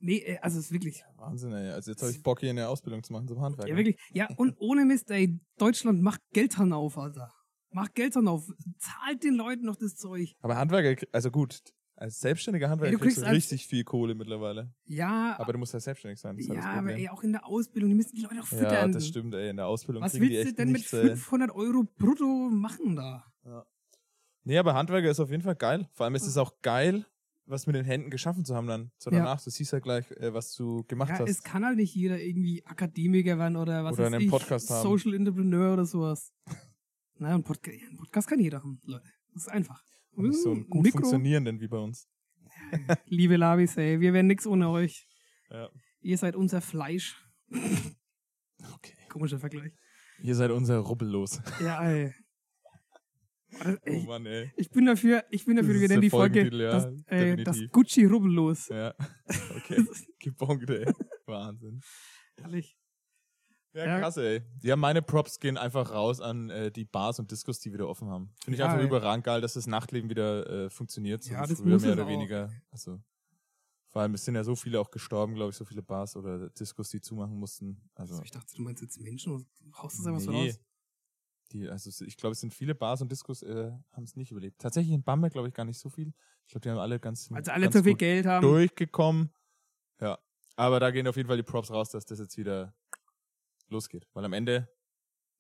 S2: Nee, äh, also es ist wirklich
S1: Wahnsinn, ey. Also jetzt habe ich Bock, hier eine Ausbildung zu machen zum Handwerker.
S2: ja, wirklich. Ja, und ohne Mist, ey, Deutschland macht Geld hinauf, Alter. Macht Geld hinauf. Zahlt den Leuten noch das Zeug.
S1: Aber Handwerker, also gut, als selbstständiger Handwerker
S2: Ey, du
S1: kriegst,
S2: kriegst
S1: du
S2: als-
S1: richtig viel Kohle mittlerweile.
S2: Ja,
S1: Aber du musst ja selbstständig sein. Das ist
S2: ja,
S1: halt das
S2: aber
S1: Problem.
S2: ey, auch in der Ausbildung, die müssen die Leute auch füttern.
S1: ja, das stimmt, ey. In der Ausbildung
S2: Was
S1: kriegen die
S2: willst du
S1: echt
S2: denn mit
S1: nichts, ey.
S2: 500 Euro brutto machen da?
S1: Nee, aber Handwerker ist auf jeden Fall geil. Vor allem ist es auch geil, was mit den Händen geschaffen zu haben dann. So
S2: Ja.
S1: danach, du siehst ja gleich, äh, was du gemacht
S2: Ja,
S1: hast.
S2: es kann halt nicht jeder irgendwie Akademiker werden oder was
S1: Oder
S2: weiß
S1: einen
S2: ich,
S1: Podcast haben.
S2: Social Entrepreneur oder sowas. Na, ein Podcast, ein Podcast kann jeder haben, Leute. Das ist einfach.
S1: Und nicht so einen gut
S2: Mikro,
S1: funktionierenden wie bei uns.
S2: liebe Labis, ey, wir wären nix ohne euch.
S1: Ja.
S2: Ihr seid unser Fleisch.
S1: Okay.
S2: Komischer Vergleich.
S1: Ihr seid unser Rubbellos.
S2: Ja, ey. Warte,
S1: Oh
S2: ey.
S1: Mann, ey.
S2: Ich bin dafür, ich bin dafür,
S1: Das
S2: wir
S1: ist der
S2: nennen die Folge
S1: Folgentitel, ja,
S2: das, ey, das
S1: definitiv.
S2: Gucci rubbellos.
S1: Ja. Okay. Gebongt, ey. Wahnsinn.
S2: Ehrlich.
S1: Ja,
S2: Ja.
S1: krass, ey. Ja, meine Props gehen einfach raus an äh, die Bars und Discos, die wieder offen haben. Finde ich
S2: Ja,
S1: einfach
S2: ey.
S1: überragend geil, dass das Nachtleben wieder äh, funktioniert.
S2: Ja,
S1: wie
S2: das
S1: früher
S2: muss
S1: mehr
S2: es
S1: oder
S2: auch.
S1: weniger. Also, vor allem, es sind ja so viele auch gestorben, glaube ich, so viele Bars oder Discos, die zumachen mussten. Also,
S2: Also, ich dachte, du meinst jetzt Menschen und haust das einfach so
S1: nee.
S2: raus.
S1: Die, also es- ich glaube, es sind viele Bars und Discos äh, haben es nicht überlebt. Tatsächlich in Bamberg, glaube ich, gar nicht so viel. Ich glaube, die haben alle ganz,
S2: Also alle
S1: ganz
S2: zu viel
S1: gut
S2: Geld haben.
S1: durchgekommen. Ja. Aber da gehen auf jeden Fall die Props raus, dass das jetzt wieder losgeht. Weil am Ende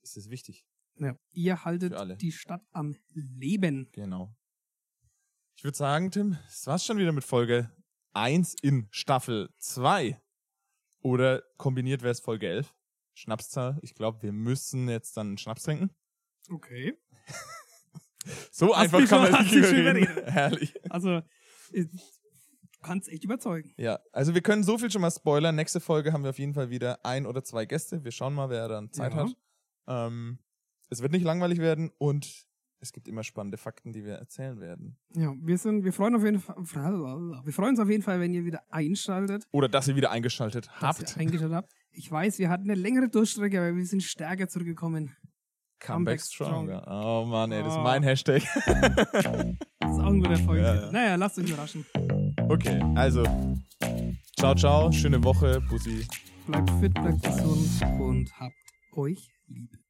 S1: ist es wichtig.
S2: Ja. Ihr
S1: Für alle.
S2: haltet die Stadt am Leben.
S1: Genau. Ich würde sagen, Tim, es war's schon wieder mit Folge 1 in Staffel 2. Oder kombiniert wäre es Folge 11. Schnapszahl. Ich glaube, wir müssen jetzt dann einen Schnaps trinken.
S2: Okay.
S1: So
S2: Hast
S1: einfach
S2: mich
S1: kann
S2: schon-
S1: man
S2: hast
S1: nicht
S2: mich schon
S1: überreden.
S2: überredet.
S1: Herrlich.
S2: Also, äh, du kannst echt überzeugen.
S1: Ja, also wir können so viel schon mal spoilern. Nächste Folge haben wir auf jeden Fall wieder ein oder zwei Gäste. Wir schauen mal, wer dann Zeit
S2: Ja.
S1: hat. Ähm, es wird nicht langweilig werden und es gibt immer spannende Fakten, die wir erzählen werden.
S2: Ja, wir sind, wir freuen auf jeden Fall, wir freuen uns auf jeden Fall, wenn ihr wieder einschaltet.
S1: Oder dass ihr wieder eingeschaltet
S2: dass
S1: habt.
S2: ihr eingeschaltet habt. Ich weiß, wir hatten eine längere Durchstrecke, aber wir sind stärker zurückgekommen.
S1: Comeback
S2: Comeback
S1: Stronger. Oh Mann, ey, das ist
S2: Ah.
S1: mein Hashtag.
S2: Das ist auch ein guter Folge.
S1: Ja, ja.
S2: Naja, lasst euch überraschen.
S1: Okay, also. Ciao, ciao. Schöne Woche. Bussi.
S2: Bleibt fit, bleibt gesund und habt euch lieb.